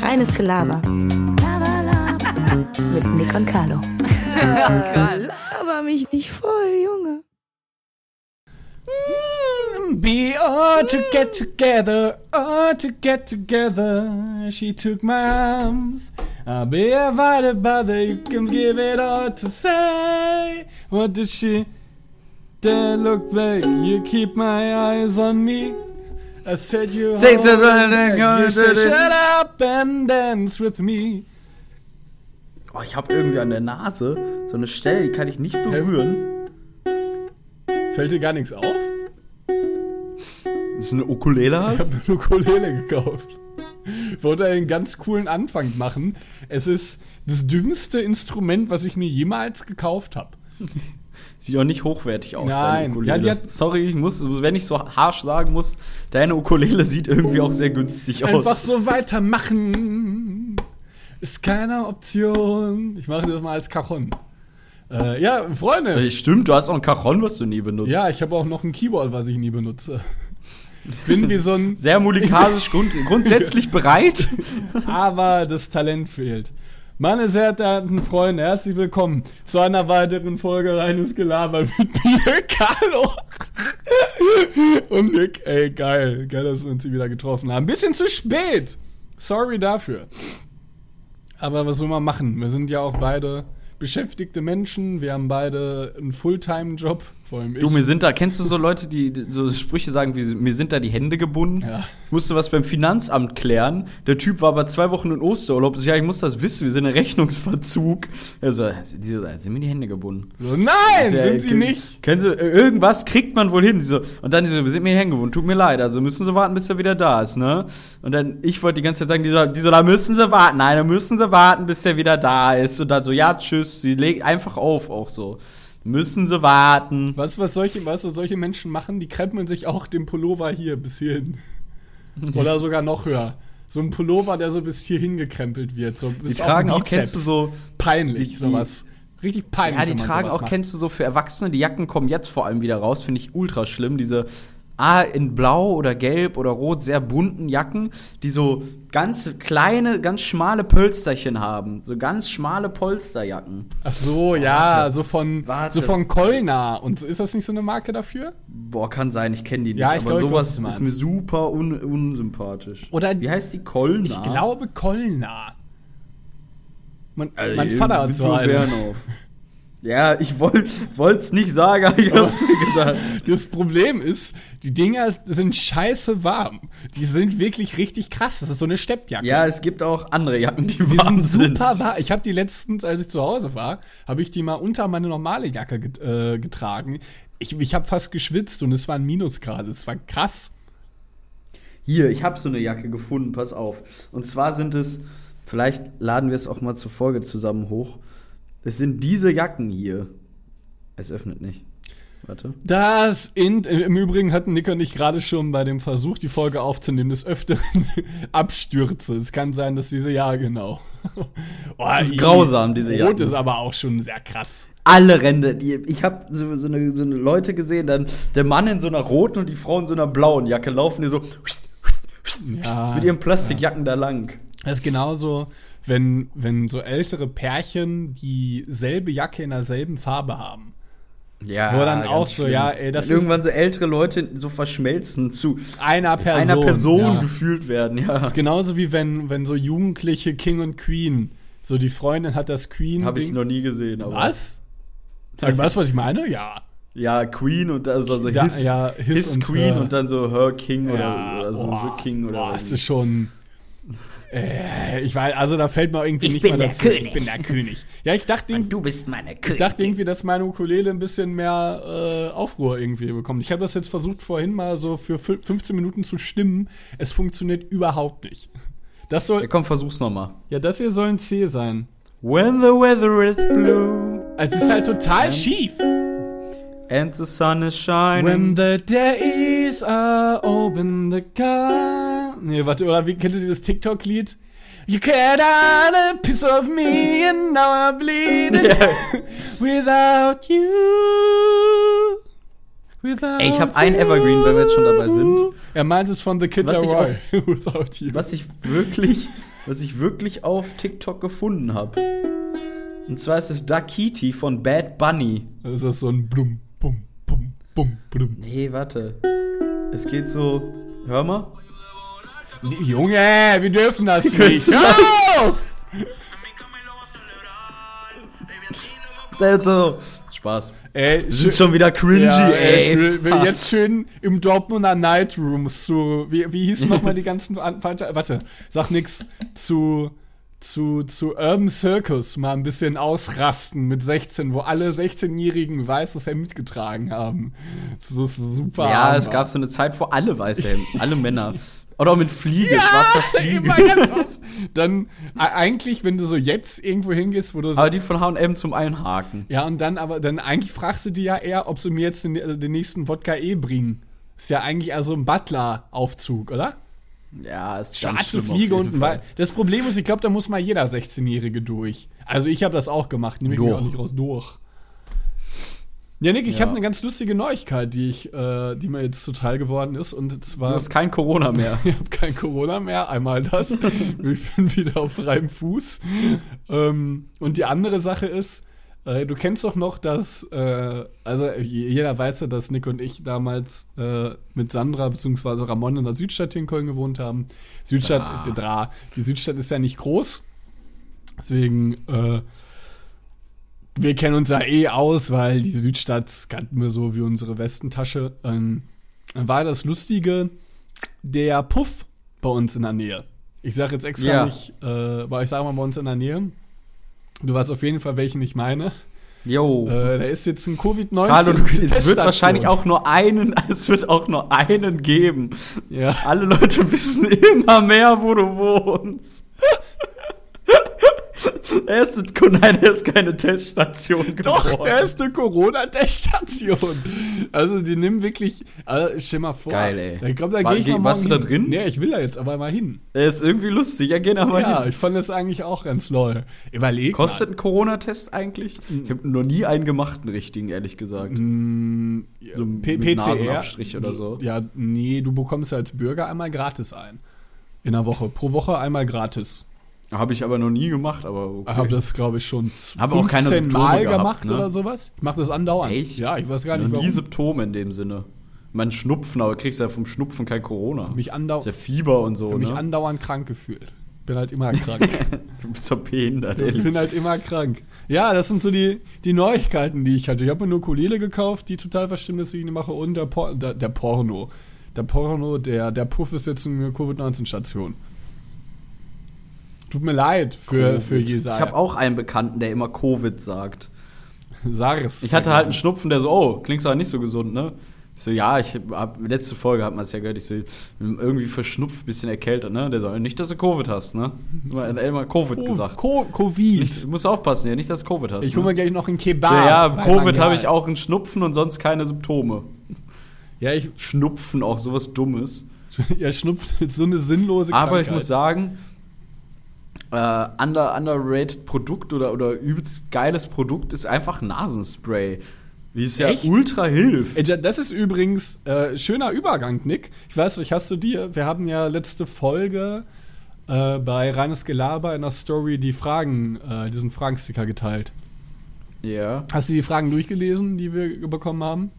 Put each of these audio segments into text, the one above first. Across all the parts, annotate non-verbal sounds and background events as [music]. Reines Gelaber. Mit Nick und Carlo. Laber mich nicht voll, Junge. Be all to get together, all to get together. She took my arms. I'll be invited by the you can give it all to say. What did she? Then look back, you keep my eyes on me. I said you Take the hold running back. gun, You said did it. shut up and dance with me. Oh, ich habe irgendwie an der Nase so eine Stelle, die kann ich nicht berühren. Fällt dir gar nichts auf? Das ist eine [laughs] Ukulele Ich habe eine Ukulele gekauft. Wollte einen ganz coolen Anfang machen. Es ist das dümmste Instrument, was ich mir jemals gekauft habe. Sieht doch nicht hochwertig aus, Nein. deine Ukulele. Ja, die hat- Sorry, ich muss, wenn ich so harsch sagen muss, deine Ukulele sieht irgendwie auch sehr günstig Einfach aus. so weitermachen ist keine Option. Ich mache das mal als Cajon. Äh, ja, Freunde. Äh, Stimmt, du hast auch ein Cajon, was du nie benutzt. ja, ich habe auch noch ein Keyboard, was ich nie benutze. Bin wie so ein sehr mulikasisch [laughs] grund grundsätzlich bereit. aber das Talent fehlt. Meine sehr verehrten Freunde, herzlich willkommen zu einer weiteren Folge Reines Gelaber mit mir, [laughs] Carlo. Und Nick, ey, geil. Geil, dass wir uns hier wieder getroffen haben. Bisschen zu spät. Sorry dafür. Aber was soll man machen? Wir sind ja auch beide beschäftigte Menschen. Wir haben beide einen Fulltime-Job. Vor allem ich. Du, mir sind da, kennst du so Leute, die die so Sprüche sagen, wie, mir sind da die Hände gebunden? Ja. Ich musste was beim Finanzamt klären. Der Typ war aber zwei Wochen in Osterurlaub. Ich sag, Ja, ich muss das wissen, wir sind in Rechnungsverzug. Also, sind mir die Hände gebunden. so, nein, Ja, Äh, sind sie können- nicht. Können sie, äh, irgendwas kriegt man wohl hin. Sie so, und dann die so, wir sind mir hingewohnt, tut mir leid, also müssen sie warten, bis er wieder da ist, ne? Und dann, ich wollte die ganze Zeit sagen, die so, die so, da müssen sie warten, nein, da müssen sie warten, bis er wieder da ist. Und dann so, ja, tschüss, sie legt einfach auf, auch so. Müssen sie warten. Was, was, solche, was so solche Menschen machen, die krempeln sich auch den Pullover hier bis hierhin. Oder sogar noch höher. So ein Pullover, der so bis hierhin gekrempelt wird. So bis Die auf den tragen auch, Bizeps. kennst du so, Peinlich, die- die- sowas. Richtig peinlich. ja, die wenn man tragen sowas auch, macht. kennst du so, für Erwachsene, die Jacken kommen jetzt vor allem wieder raus, finde ich ultra schlimm, diese, ah, in blau oder gelb oder rot sehr bunten Jacken, die so ganz kleine, ganz schmale Pölsterchen haben, so ganz schmale Polsterjacken. Ach so, ja, so von, Warte. so von Kolna. Und so- ist das nicht so eine Marke dafür? Boah, kann sein, ich kenne die nicht, Ja, ich aber glaub, ich weiß, was sowas du ist meinst. mir super un unsympathisch. Oder- wie heißt die Kolna? Ich glaube Kolna. Mein, Ey, mein Vater hat bist so nur einen. [laughs] Bären auf. [laughs] Ja, ich wollte es nicht sagen, aber ich hab's mir [laughs] gedacht. Das Problem ist, die Dinger sind scheiße warm. Die sind wirklich richtig krass. Das ist so eine Steppjacke. Ja, es gibt auch andere Jacken, die, Die warm sind sind. super warm. Ich habe die letztens, als ich zu Hause war, habe ich die mal unter meine normale Jacke get, äh, getragen. Ich, ich habe fast geschwitzt und es waren Minusgrade. Es war krass. Hier, ich habe so eine Jacke gefunden, pass auf. Und zwar sind es, vielleicht laden wir es auch mal zur Folge zusammen hoch. Es sind diese Jacken hier. Es öffnet nicht. Warte. Das in, im Übrigen hatten Nick und ich gerade schon bei dem Versuch, die Folge aufzunehmen, des Öfteren [laughs] Abstürze. Es kann sein, dass diese, ja, genau. [laughs] Oh, ist grausam, diese Rot Jacken. ist aber auch schon sehr krass. Alle Ränder. Die, ich habe so, so, eine, so eine Leute gesehen, dann der Mann in so einer roten und die Frau in so einer blauen Jacke laufen die so Ja, mit ihren Plastikjacken da lang. Das ist genauso, wenn, wenn so ältere Pärchen dieselbe Jacke in derselben Farbe haben. Ja, Wo dann ganz auch so, ja, ey, das Wenn Irgendwann so ältere Leute so verschmelzen zu Einer Person. einer Person ja. gefühlt werden, ja. Das ist genauso wie wenn, wenn so Jugendliche King und Queen, so die Freundin hat das Queen. Habe ich noch nie gesehen. Aber Was? Äh, Weißt du, was ich meine? Ja. Ja, Queen und also, also Da- his, ja, his his und Queen her. und dann so Her King ja. oder also boah, The King oder boah, was. Das ist schon. Äh, ich weiß, also da fällt mir irgendwie Ich nicht bin mal der dazu. Ich König. bin der König. Ja, ich dachte, irgendwie- Du bist meine ich dachte Königin. irgendwie, dass meine Ukulele ein bisschen mehr äh, Aufruhr irgendwie bekommt. Ich habe das jetzt versucht, vorhin mal so für fü- 15 Minuten zu stimmen. Es funktioniert überhaupt nicht. Das ja, soll, komm, versuch's nochmal. ja, das hier soll ein C sein. When the weather is blue Es ist halt total schief. and the sun is shining. When the days are open, the car. Nee, warte, oder wie kennt ihr dieses TikTok-Lied? You cut out a piece of me and now I'm bleeding without you. Without Ey, ich hab ein Evergreen, wenn wir jetzt schon dabei sind. you. Er meint es von The Kid Was ich Laroi. [laughs] Without you. was ich wirklich was ich wirklich auf TikTok gefunden habe. Und zwar ist es Dakiti von Bad Bunny. Ist das so ein Blum, Bum, Bum, Bum, Blum. Nee, warte. Es geht so. Hör mal. [laughs] Junge, wir dürfen das Könntest nicht. du Hör auf! Also, Spaß. Ey, Sind schon wieder cringy, Ja, ey. will- will jetzt schön im Dortmunder Nightroom zu. Wie, wie [laughs] hießen nochmal die ganzen. An- Warte, warte, sag nix. Zu, zu, zu Urban Circus mal ein bisschen ausrasten mit 16, wo alle 16-Jährigen weißes Hemd getragen haben. Das ist super. Ja, es hammer. gab so eine Zeit, wo alle weiße Hemden, alle Männer. Oder auch mit Fliege, schwarzer Ah, Fliege. [laughs] immer ganz oft. Dann e- eigentlich, wenn du so jetzt irgendwo hingehst, wo du so Aber die von H&M zum Einhaken. Ja, und dann aber, dann eigentlich fragst du die ja eher, ob sie mir jetzt den, äh, den nächsten Wodka E bringen. Ist ja eigentlich eher so ein Butler-Aufzug, oder? Ja, ist ganz Schwarze schlimm auf Fliege jeden und ein Fall. Wal- Das Problem ist, ich glaube, da muss mal jeder 16-Jährige durch. Also ich habe das auch gemacht, nehme ich mir Durch. auch nicht raus. Durch. Ja, Nick, ich Ja. habe eine ganz lustige Neuigkeit, die ich, äh, die mir jetzt total geworden ist. Und Du zwar, hast kein Corona [laughs] mehr. ich habe kein Corona mehr, einmal das. ich bin wieder auf freiem Fuß. Ähm, und die andere Sache ist, äh, du kennst doch noch das, äh, also j- jeder weiß ja, dass Nick und ich damals äh, mit Sandra bzw. Ramon in der Südstadt hier in Köln gewohnt haben. Südstadt, Dra. äh, Dra. Die Südstadt ist ja nicht groß. Deswegen, äh, wir kennen uns ja eh aus, weil die Südstadt kannten wir so wie unsere Westentasche. Ähm, dann war das Lustige, der Puff bei uns in der Nähe. Ich sage jetzt extra Ja. nicht, äh, aber ich sage mal bei uns in der Nähe. Du weißt auf jeden Fall, welchen ich meine. Yo. Äh, da ist jetzt ein Covid-19. Carlo, du, es wird Teststation. wahrscheinlich auch nur einen, [laughs] es wird auch nur einen geben. Ja. [laughs] Alle Leute wissen immer mehr, wo du wohnst. [laughs] Er ist, nein, er ist keine Teststation Doch, geworden. der ist eine Corona-Teststation. Also, die nehmen wirklich. Also, stell mal vor. Geil, ey. Ich glaube, da War- gehe ich mal ge- warst morgen du da hin. drin? Nee, ich will da jetzt aber mal hin. Er ist irgendwie lustig, ja, geh da mal ja, hin. ich fand das eigentlich auch ganz lol. Überleg. Kostet ein Corona-Test eigentlich? Hm. Ich habe noch nie einen gemacht, einen richtigen, ehrlich gesagt. mal. so Mm, mit P- PCR. Nasenabstrich oder so. Ja, nee, du bekommst als Bürger einmal gratis ein. In der Woche. Pro Woche einmal gratis. Habe ich aber noch nie gemacht, aber okay. Ich habe Ah, das, glaube ich, schon Hab auch keine Symptome Mal gehabt, gemacht ne? oder sowas. Ich mache das andauernd. Echt? Ja, ich weiß gar nicht, Noch nie warum. Symptome in dem Sinne. Man Schnupfen, aber kriegst ja vom Schnupfen kein Corona. ist Mich ja andauernd, Fieber und so, mich ne? andauernd krank gefühlt. Bin halt immer krank. [laughs] Du bist ja behindert, ich bin ehrlich. halt immer krank. Ja, das sind so die, die Neuigkeiten, die ich hatte. Ich habe mir nur Ukulele gekauft, die total verstimmt ist, die ich nicht mache. Und der, Por der, der Porno. Der Porno, der, der Puff ist jetzt eine Covid-19-Station. Tut mir leid für, für Covid. Jesaja. Ich habe auch einen Bekannten, der immer Covid sagt. SARS. Ich hatte halt einen Schnupfen, der so, oh, klingst aber nicht so gesund, ne? Ich so, ja, ich hab, letzte Folge hat man es ja gehört, ich so, irgendwie verschnupft, bisschen erkältet, ne? Der so, nicht, dass du Covid hast, ne? Weil er hat immer Covid Co gesagt. Co Covid. Nicht, musst aufpassen, ja, nicht, dass du Covid hast. ich hole mir ne? gleich noch einen so, Kebab. ja, bei Covid Mangal. habe ich auch einen Schnupfen und sonst keine Symptome. Ja, ich, [laughs] Schnupfen, auch sowas Dummes. ja, schnupft jetzt so eine sinnlose Aber ich Krankheit. muss sagen, äh, under, underrated Produkt oder, oder übelst geiles Produkt ist einfach Nasenspray. Wie es ja Echt? ultra hilft. Ey, da- Das ist übrigens äh, schöner Übergang, Nick. Ich weiß nicht, hast du dir, wir haben ja letzte Folge äh, bei Reines Gelaber in der Story die Fragen, äh, diesen Fragensticker geteilt. Ja, Hast du die Fragen durchgelesen, die wir bekommen haben?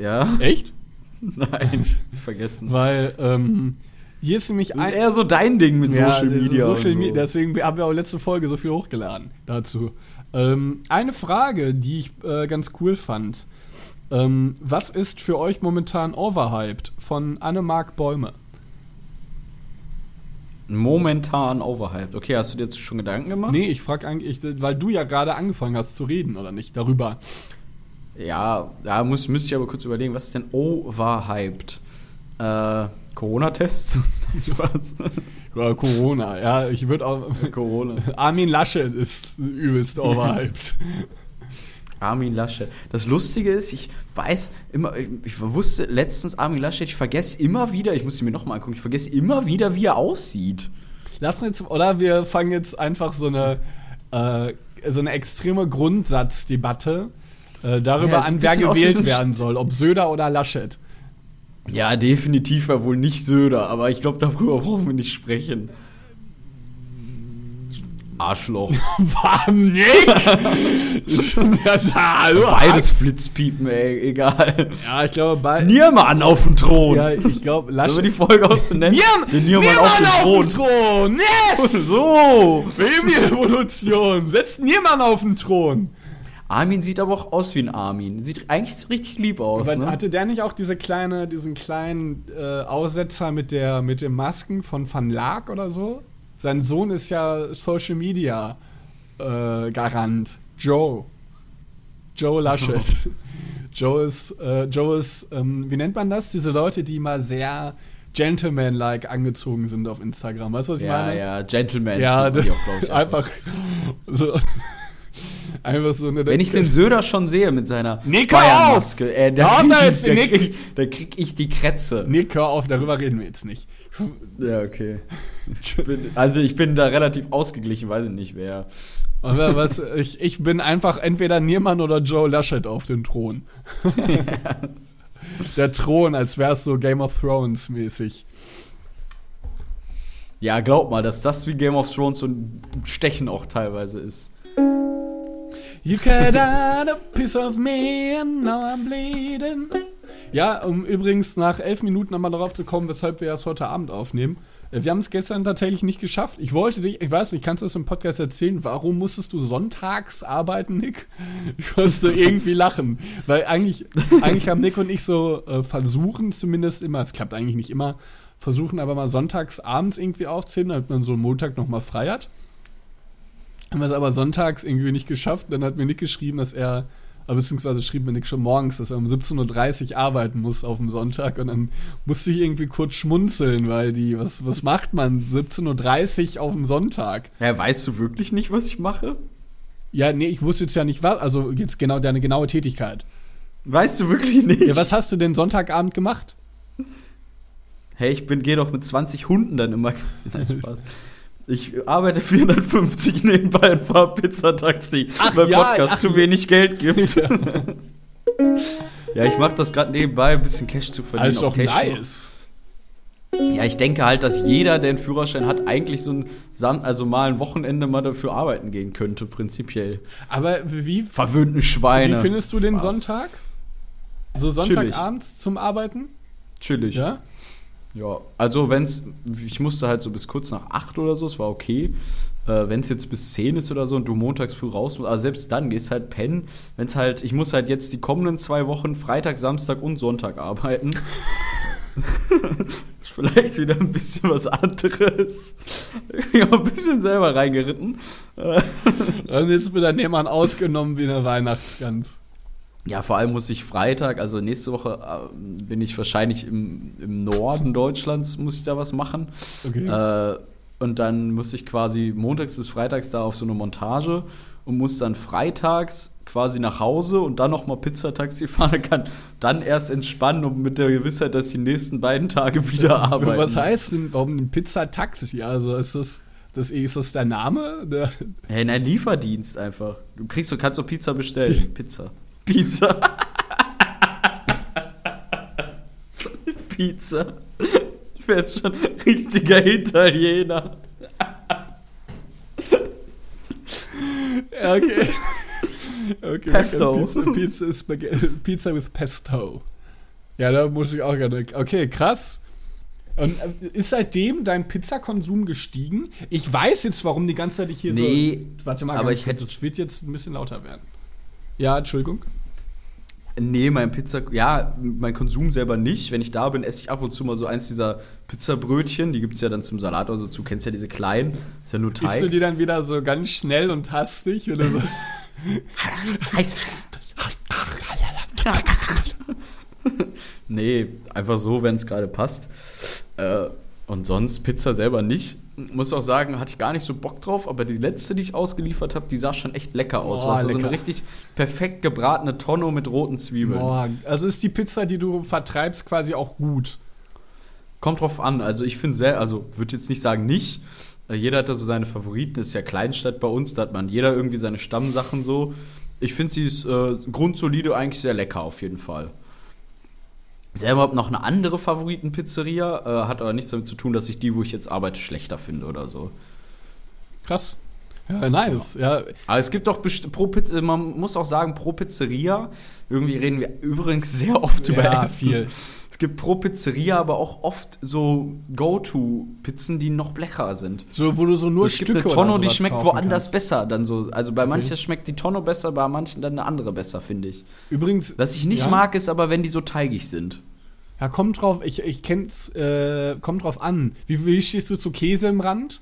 ja. Echt? [laughs] Nein, vergessen. Weil ähm, hier ist nämlich Das ist ein eher so dein Ding mit Ja, Social das ist Media. Social und Me- so. Deswegen haben wir auch letzte Folge so viel hochgeladen dazu. Ähm, eine Frage, die ich äh, ganz cool fand. Ähm, was ist für euch momentan overhyped von Annemark Bäume? Momentan overhyped. Okay, hast du dir jetzt schon Gedanken gemacht? [laughs] Nee, ich frage eigentlich, ich- weil du ja gerade angefangen hast zu reden, oder nicht? Darüber. Ja, da muss, müsste ich aber kurz überlegen, was ist denn overhyped? Äh, Corona-Tests? [laughs] Spaß. Ja, äh, Corona, ja, ich würde auch. [laughs] Corona. Armin Laschet ist übelst overhyped. Armin Laschet. Das Lustige ist, ich weiß immer, ich wusste letztens Armin Laschet, ich vergesse immer wieder, ich muss ihn mir nochmal angucken, ich vergesse immer wieder, wie er aussieht. Lass uns jetzt, oder wir fangen jetzt einfach so eine, äh, so eine extreme Grundsatzdebatte äh, darüber Ja, ist ein an, wer bisschen auf gewählt diesen werden soll, ob Söder oder [laughs] Laschet. Ja, definitiv war wohl nicht Söder, aber ich glaube, darüber brauchen wir nicht sprechen. Arschloch. Warm [laughs] Nick! ja, hallo, Beides Flitzpiepen, ey, egal. Ja, ich glaube, beide. Niermann auf dem Thron. Ja, ich glaube, Sollen Laschet. wir die Folge auch so nennen? Den Niermann auf dem Thron. Thron! [laughs] Yes! So. Baby-Revolution! Setzt Niermann auf den Thron! Armin sieht aber auch aus wie ein Armin. Sieht eigentlich richtig lieb aus. Aber ne? hatte der nicht auch diese kleine, diesen kleinen äh, Aussetzer mit, der, mit den Masken von Van Lark oder so? Sein Sohn ist ja Social Media äh, Garant. Joe. [laughs] Joe Laschet. Joe ist, äh, Joe ist ähm, wie nennt man das? Diese Leute, die mal sehr Gentleman-like angezogen sind auf Instagram. Weißt du, was ich ja, meine? ja, Gentleman. ja nennt man die auch, glaub ich, einfach. einfach so. Einfach so eine Wenn ich den Söder schon sehe mit seiner Nick, hör Bayernmaske, auf! äh, Hör da, auf krieg da ich, [laughs] jetzt, da, Nick! krieg, ich- da krieg ich die Krätze. Nick, hör auf, darüber reden wir jetzt nicht. Ja, okay. Bin, also ich bin da relativ ausgeglichen, weiß ich nicht, wer. Aber was, ich, ich bin einfach entweder Niermann oder Joe Laschet auf dem [laughs] Thron. Der Thron, als wär's so Game of Thrones mäßig. Ja, glaub mal, dass das wie Game of Thrones so ein Stechen auch teilweise ist. You cut out a piece of me and now I'm bleeding. Ja, um übrigens nach elf Minuten nochmal darauf zu kommen, weshalb wir das heute Abend aufnehmen. Äh, Wir haben es gestern tatsächlich nicht geschafft. Ich wollte dich, ich weiß nicht, kannst du das im Podcast erzählen? Warum musstest du sonntags arbeiten, Nick? [laughs] Ich musste irgendwie lachen. Weil eigentlich, eigentlich haben Nick und ich so äh, versuchen, zumindest immer, es klappt eigentlich nicht immer, versuchen aber mal sonntags abends irgendwie aufzunehmen, damit man so einen Montag nochmal frei hat. Haben wir es aber sonntags irgendwie nicht geschafft. Dann hat mir Nick geschrieben, dass er, äh, beziehungsweise schrieb mir Nick schon morgens, dass er um 17.30 Uhr arbeiten muss auf dem Sonntag. Und dann musste ich irgendwie kurz schmunzeln, weil die, was, was macht man 17.30 Uhr auf dem Sonntag? Hä, weißt du wirklich nicht, was ich mache? Ja, nee, ich wusste jetzt ja nicht was, also jetzt genau deine genaue Tätigkeit. Weißt du wirklich nicht? Ja, was hast du denn Sonntagabend gemacht? Hey, ich bin, geh doch mit 20 Hunden dann immer [laughs] Magazin. Nein, Spaß. Ich arbeite 450 nebenbei und fahr Pizzataxi, Ach weil ja, Podcast ach zu wenig Geld [laughs] gibt. Ja, ich mache das gerade nebenbei, ein bisschen Cash zu verdienen. Alles auf doch Cashflow. nice. Ja, ich denke halt, dass jeder, der einen Führerschein hat, eigentlich so ein, Sam also mal ein Wochenende mal dafür arbeiten gehen könnte, prinzipiell. Aber wie, Verwöhnte wie Schweine. findest du den Spaß. Sonntag? So Sonntagabends zum Arbeiten? Chillig. Ja, Ja? also wenn's, ich musste halt so bis kurz nach 8 oder so, es war okay. Äh, wenn's jetzt bis 10 ist oder so und du montags früh raus musst, aber selbst dann gehst halt pennen. Wenn's halt, ich muss halt jetzt die kommenden zwei Wochen, Freitag, Samstag und Sonntag arbeiten. [laughs] ist vielleicht wieder ein bisschen was anderes. Ich hab ein bisschen selber reingeritten. Äh, Und Also jetzt wird der Nehmann ausgenommen wie eine Weihnachtsgans. Ja, vor allem muss ich Freitag, also nächste Woche ähm, bin ich wahrscheinlich im, im Norden Deutschlands, muss ich da was machen. Okay. Äh, [laughs] und dann muss ich quasi montags bis freitags da auf so eine Montage und muss dann freitags quasi nach Hause und dann nochmal Pizzataxi [laughs] fahren kann. Dann erst entspannen und mit der Gewissheit, dass die nächsten beiden Tage wieder arbeiten. Was heißt denn, warum denn Pizza Taxi? Also ist das, das ist das der Name? [laughs] Der, Hey, ein Lieferdienst einfach. Du kriegst, du kannst so Pizza [laughs] bestellen. Pizza. Pizza. [laughs] Pizza. Ich wär jetzt schon richtiger Italiener. Ja, okay. [laughs] okay. Pesto. Pizza, Pizza, Spag- Pizza with Pesto. Ja, da muss ich auch gerne. Okay, krass. Und äh, ist seitdem dein Pizzakonsum gestiegen? Ich weiß jetzt, warum die ganze Zeit ich hier Nee, so. Warte mal, aber ganz ich kurz, hätte- Es wird jetzt ein bisschen lauter werden. Ja, Entschuldigung. Nee, mein Pizza. Ja, mein Konsum selber nicht. Wenn ich da bin, esse ich ab und zu mal so eins dieser Pizzabrötchen. Die gibt's ja dann zum Salat oder so zu. Kennst ja diese kleinen. Ist ja nur Isst du Teig. die dann wieder so ganz schnell und hastig? Oder [laughs] so? Heiß. Nee, einfach so, wenn es gerade passt. Äh, und sonst Pizza selber nicht. Muss auch sagen, hatte ich gar nicht so Bock drauf, aber die letzte, die ich ausgeliefert habe, die sah schon echt lecker aus. Boah, war so eine lecker. richtig perfekt gebratene Tonne mit roten Zwiebeln. Boah, also ist die Pizza, die du vertreibst, quasi auch gut. Kommt drauf an. Also ich finde sehr, also würde jetzt nicht sagen nicht. Äh, Jeder hat da so seine Favoriten. Ist ja Kleinstadt bei uns, da hat man jeder irgendwie seine Stammsachen so. Ich finde sie ist äh, grundsolide eigentlich sehr lecker auf jeden Fall. Selber habe noch eine andere Favoritenpizzeria, äh, hat aber nichts damit zu tun, dass ich die, wo ich jetzt arbeite, schlechter finde oder so. Krass. Ja, nice. Ja, Aber es gibt doch best- pro Pizza, man muss auch sagen, pro Pizzeria, irgendwie reden wir übrigens sehr oft über Ja, Essen. viel. Es gibt pro Pizzeria aber auch oft so Go-To-Pizzen, die noch lecker sind. so, wo du so nur es gibt Stücke eine Tonno, oder die sowas schmeckt kaufen woanders kannst. besser dann so. Also bei manchen schmeckt die Tonno besser, bei manchen dann eine andere besser, finde ich. Übrigens, Was ich nicht ja, mag, ist aber, wenn die so teigig sind. Ja, kommt drauf, ich, ich kenn's, äh, kommt drauf an. Wie, wie stehst du zu Käse im Rand?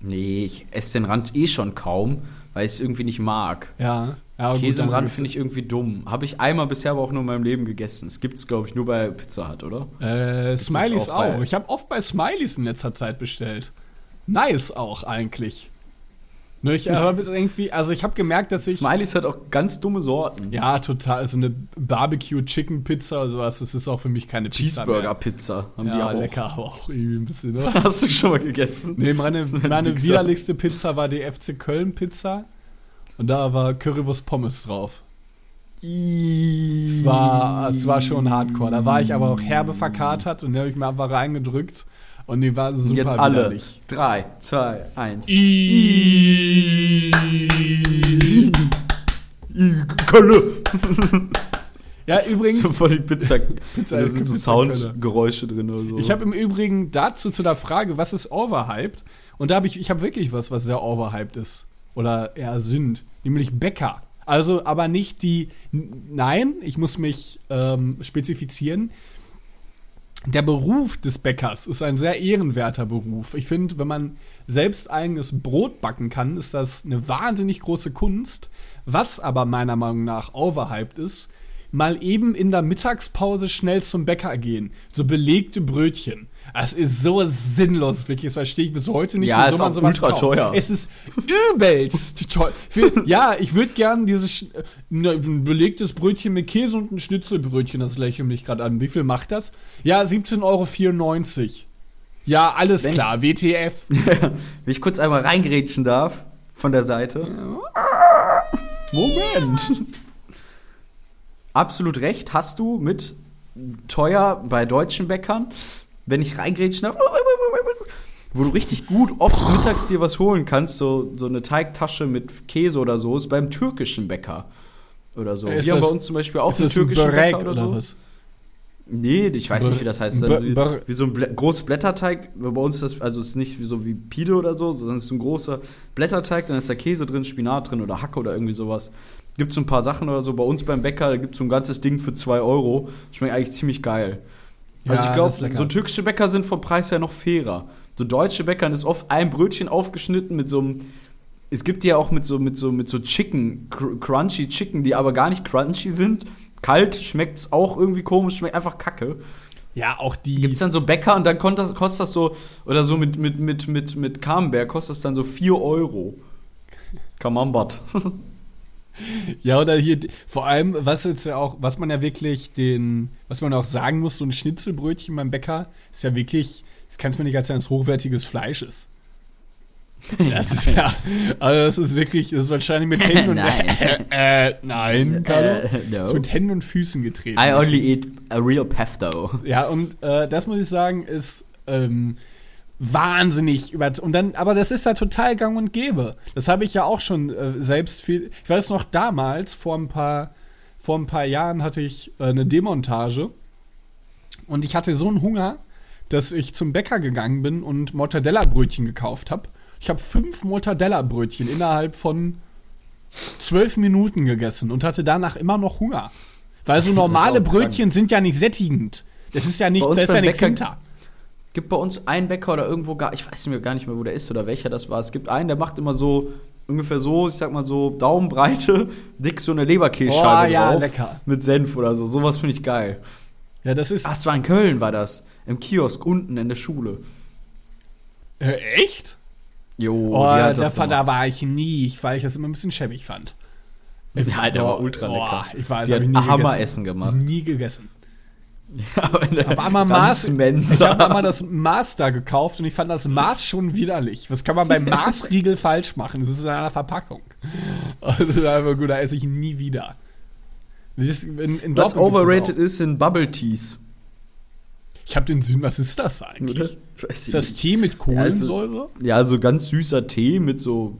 Nee, ich esse den Rand eh schon kaum, weil ich es irgendwie nicht mag. Ja. ja Käse im Rand finde ich irgendwie dumm. Habe ich einmal bisher aber auch nur in meinem Leben gegessen. Es gibt's, glaube ich, nur bei Pizza Hut, oder? ich. Äh, Smileys ist auch auch. bei- Ich habe oft bei Smileys in letzter Zeit bestellt. Nice auch eigentlich. Ne, ich habe irgendwie, also ich habe gemerkt, dass ich. Smileys hat auch ganz dumme Sorten. ja, total. So eine Barbecue Chicken Pizza oder sowas, das ist auch für mich keine Pizza. Cheeseburger-Pizza haben Mehr. die Ja, auch. lecker, aber auch irgendwie ein bisschen, ne? [laughs] Hast du schon mal gegessen? Nee, meine, meine Wichser. widerlichste Pizza war die FC Köln Pizza. Und da war Currywurst Pommes drauf. Es war, es war schon hardcore. Da war ich aber auch herbe verkatert und da habe ich mir einfach reingedrückt. Und die war super Jetzt alle. [laughs] widerlich. Drei, zwei, eins. [laughs] Kölle! Ja, übrigens, Von den Pizza. [laughs] Pizza- da sind so Pizzakölle. Soundgeräusche drin oder so. ich habe im Übrigen dazu zu der Frage, was ist overhyped? Und da habe ich, ich habe wirklich was, was sehr overhyped ist. Oder eher sind. Nämlich Bäcker. Also, aber nicht die. n- Nein, ich muss mich ähm, spezifizieren. Der Beruf des Bäckers ist ein sehr ehrenwerter Beruf. Ich finde, wenn man selbst eigenes Brot backen kann, ist das eine wahnsinnig große Kunst. Was aber meiner Meinung nach overhyped ist, mal eben in der Mittagspause schnell zum Bäcker gehen. So belegte Brötchen. Das ist so sinnlos, wirklich. Das verstehe ich bis heute nicht, Ja, ist auch ultra kauft. teuer. Es ist übelst teuer. Für- Ja, ich würde gern dieses Sch- äh, na, ein belegtes Brötchen mit Käse und ein Schnitzelbrötchen, das lächle mich gerade an. Wie viel macht das? Ja, 17,94 Euro. Ja, alles Wenn ich- klar, WTF. [laughs] Wenn ich kurz einmal reingrätschen darf, von der Seite. Moment. Absolut recht, hast du mit teuer bei deutschen Bäckern. Wenn ich reingrätschen darf. Wo du richtig gut oft mittags dir was holen kannst, so, so eine Teigtasche mit Käse oder so, ist beim türkischen Bäcker. Oder so. Ist Wir haben bei das- uns zum Beispiel auch Ist das ein Börek oder, was? Nee, ich weiß Br- nicht, wie das heißt. Br- wie, Br- wie so ein Blä großes Blätterteig. Bei uns ist das, also ist nicht wie so wie Pide oder so, sondern es ist ein großer Blätterteig, dann ist da Käse drin, Spinat drin oder Hacke oder irgendwie sowas. Gibt so ein paar Sachen oder so. Bei uns beim Bäcker gibt es so ein ganzes Ding für 2 Euro. Schmeckt eigentlich ziemlich geil. Also Ja, das ich ist lecker. glaube, so türkische Bäcker sind vom Preis her noch fairer. So deutsche Bäckern ist oft ein Brötchen aufgeschnitten mit so einem es gibt die ja auch mit so, mit so, mit so Chicken, cr- crunchy Chicken, die aber gar nicht crunchy sind. Kalt schmeckt's auch irgendwie komisch, schmeckt einfach kacke. Ja, auch die. Gibt's dann so Bäcker und dann konnt das, kostet das so, oder so mit, mit, mit, mit, mit Camembert kostet das dann so 4 Euro. Camembert. Ja, oder hier, vor allem, was jetzt ja auch, was man ja wirklich den, was man auch sagen muss, so ein Schnitzelbrötchen beim Bäcker ist ja wirklich, das kannst du mir nicht als als hochwertiges [laughs] Fleisch ist. Das ist ja, also das ist wirklich, das ist wahrscheinlich mit Händen [laughs] und Nein. [laughs] äh, nein, Carlo. Äh, no. Das ist mit Händen und Füßen [laughs] getreten. I only eat a real pesto. Ja, und äh, das muss ich sagen, ist ähm, wahnsinnig über und dann, aber das ist ja total gang und gäbe. Das habe ich ja auch schon äh, selbst viel. Ich weiß noch damals, vor ein paar, vor ein paar Jahren hatte ich äh, eine Demontage und ich hatte so einen Hunger, dass ich zum Bäcker gegangen bin und Mortadella-Brötchen gekauft habe. Ich habe fünf Mortadella-Brötchen innerhalb von zwölf Minuten gegessen und hatte danach immer noch Hunger. Weil so normale auch krank. Brötchen sind ja nicht sättigend. Das ist ja nicht, Bei uns da ist ja beim nichts Bäcker- hinter. gibt bei uns einen Bäcker oder irgendwo gar, ich weiß mir gar nicht mehr, wo der ist oder welcher das war. Es gibt einen, der macht immer so ungefähr so, ich sag mal so Daumenbreite, [laughs] dick so eine Leberkässcheibe Oh, ja, drauf lecker. mit Senf oder so. Sowas finde ich geil. Ja, das ist. Ach, es war in Köln war das, im Kiosk unten in der Schule. Äh, echt? Jo, Oh, die hat da, das war- gemacht. da war ich nie, ich- weil ich das immer ein bisschen schäbig fand. Ja, der war ultra boah, lecker. ich weiß, Die hab hat ich nie gegessen. Hammeressen [laughs] gemacht. [laughs] Nie gegessen. Aber eine Aber einmal ganz Maß. Ich Mensa. [laughs] habe einmal das Maß da gekauft und ich fand das Maß schon widerlich. Was kann man [laughs] beim Maßriegel falsch machen? Das ist in einer Verpackung. Also das ist einfach gut, da esse ich nie wieder. Das ist- In, in Was Dortmund gibt's das overrated ist, sind Bubble Teas. auch. Ich habe den Sinn, was ist das eigentlich? Oder? also Weiß ich Ist das nicht. Tee mit Kohlensäure? Ja, so ganz süßer Tee mit so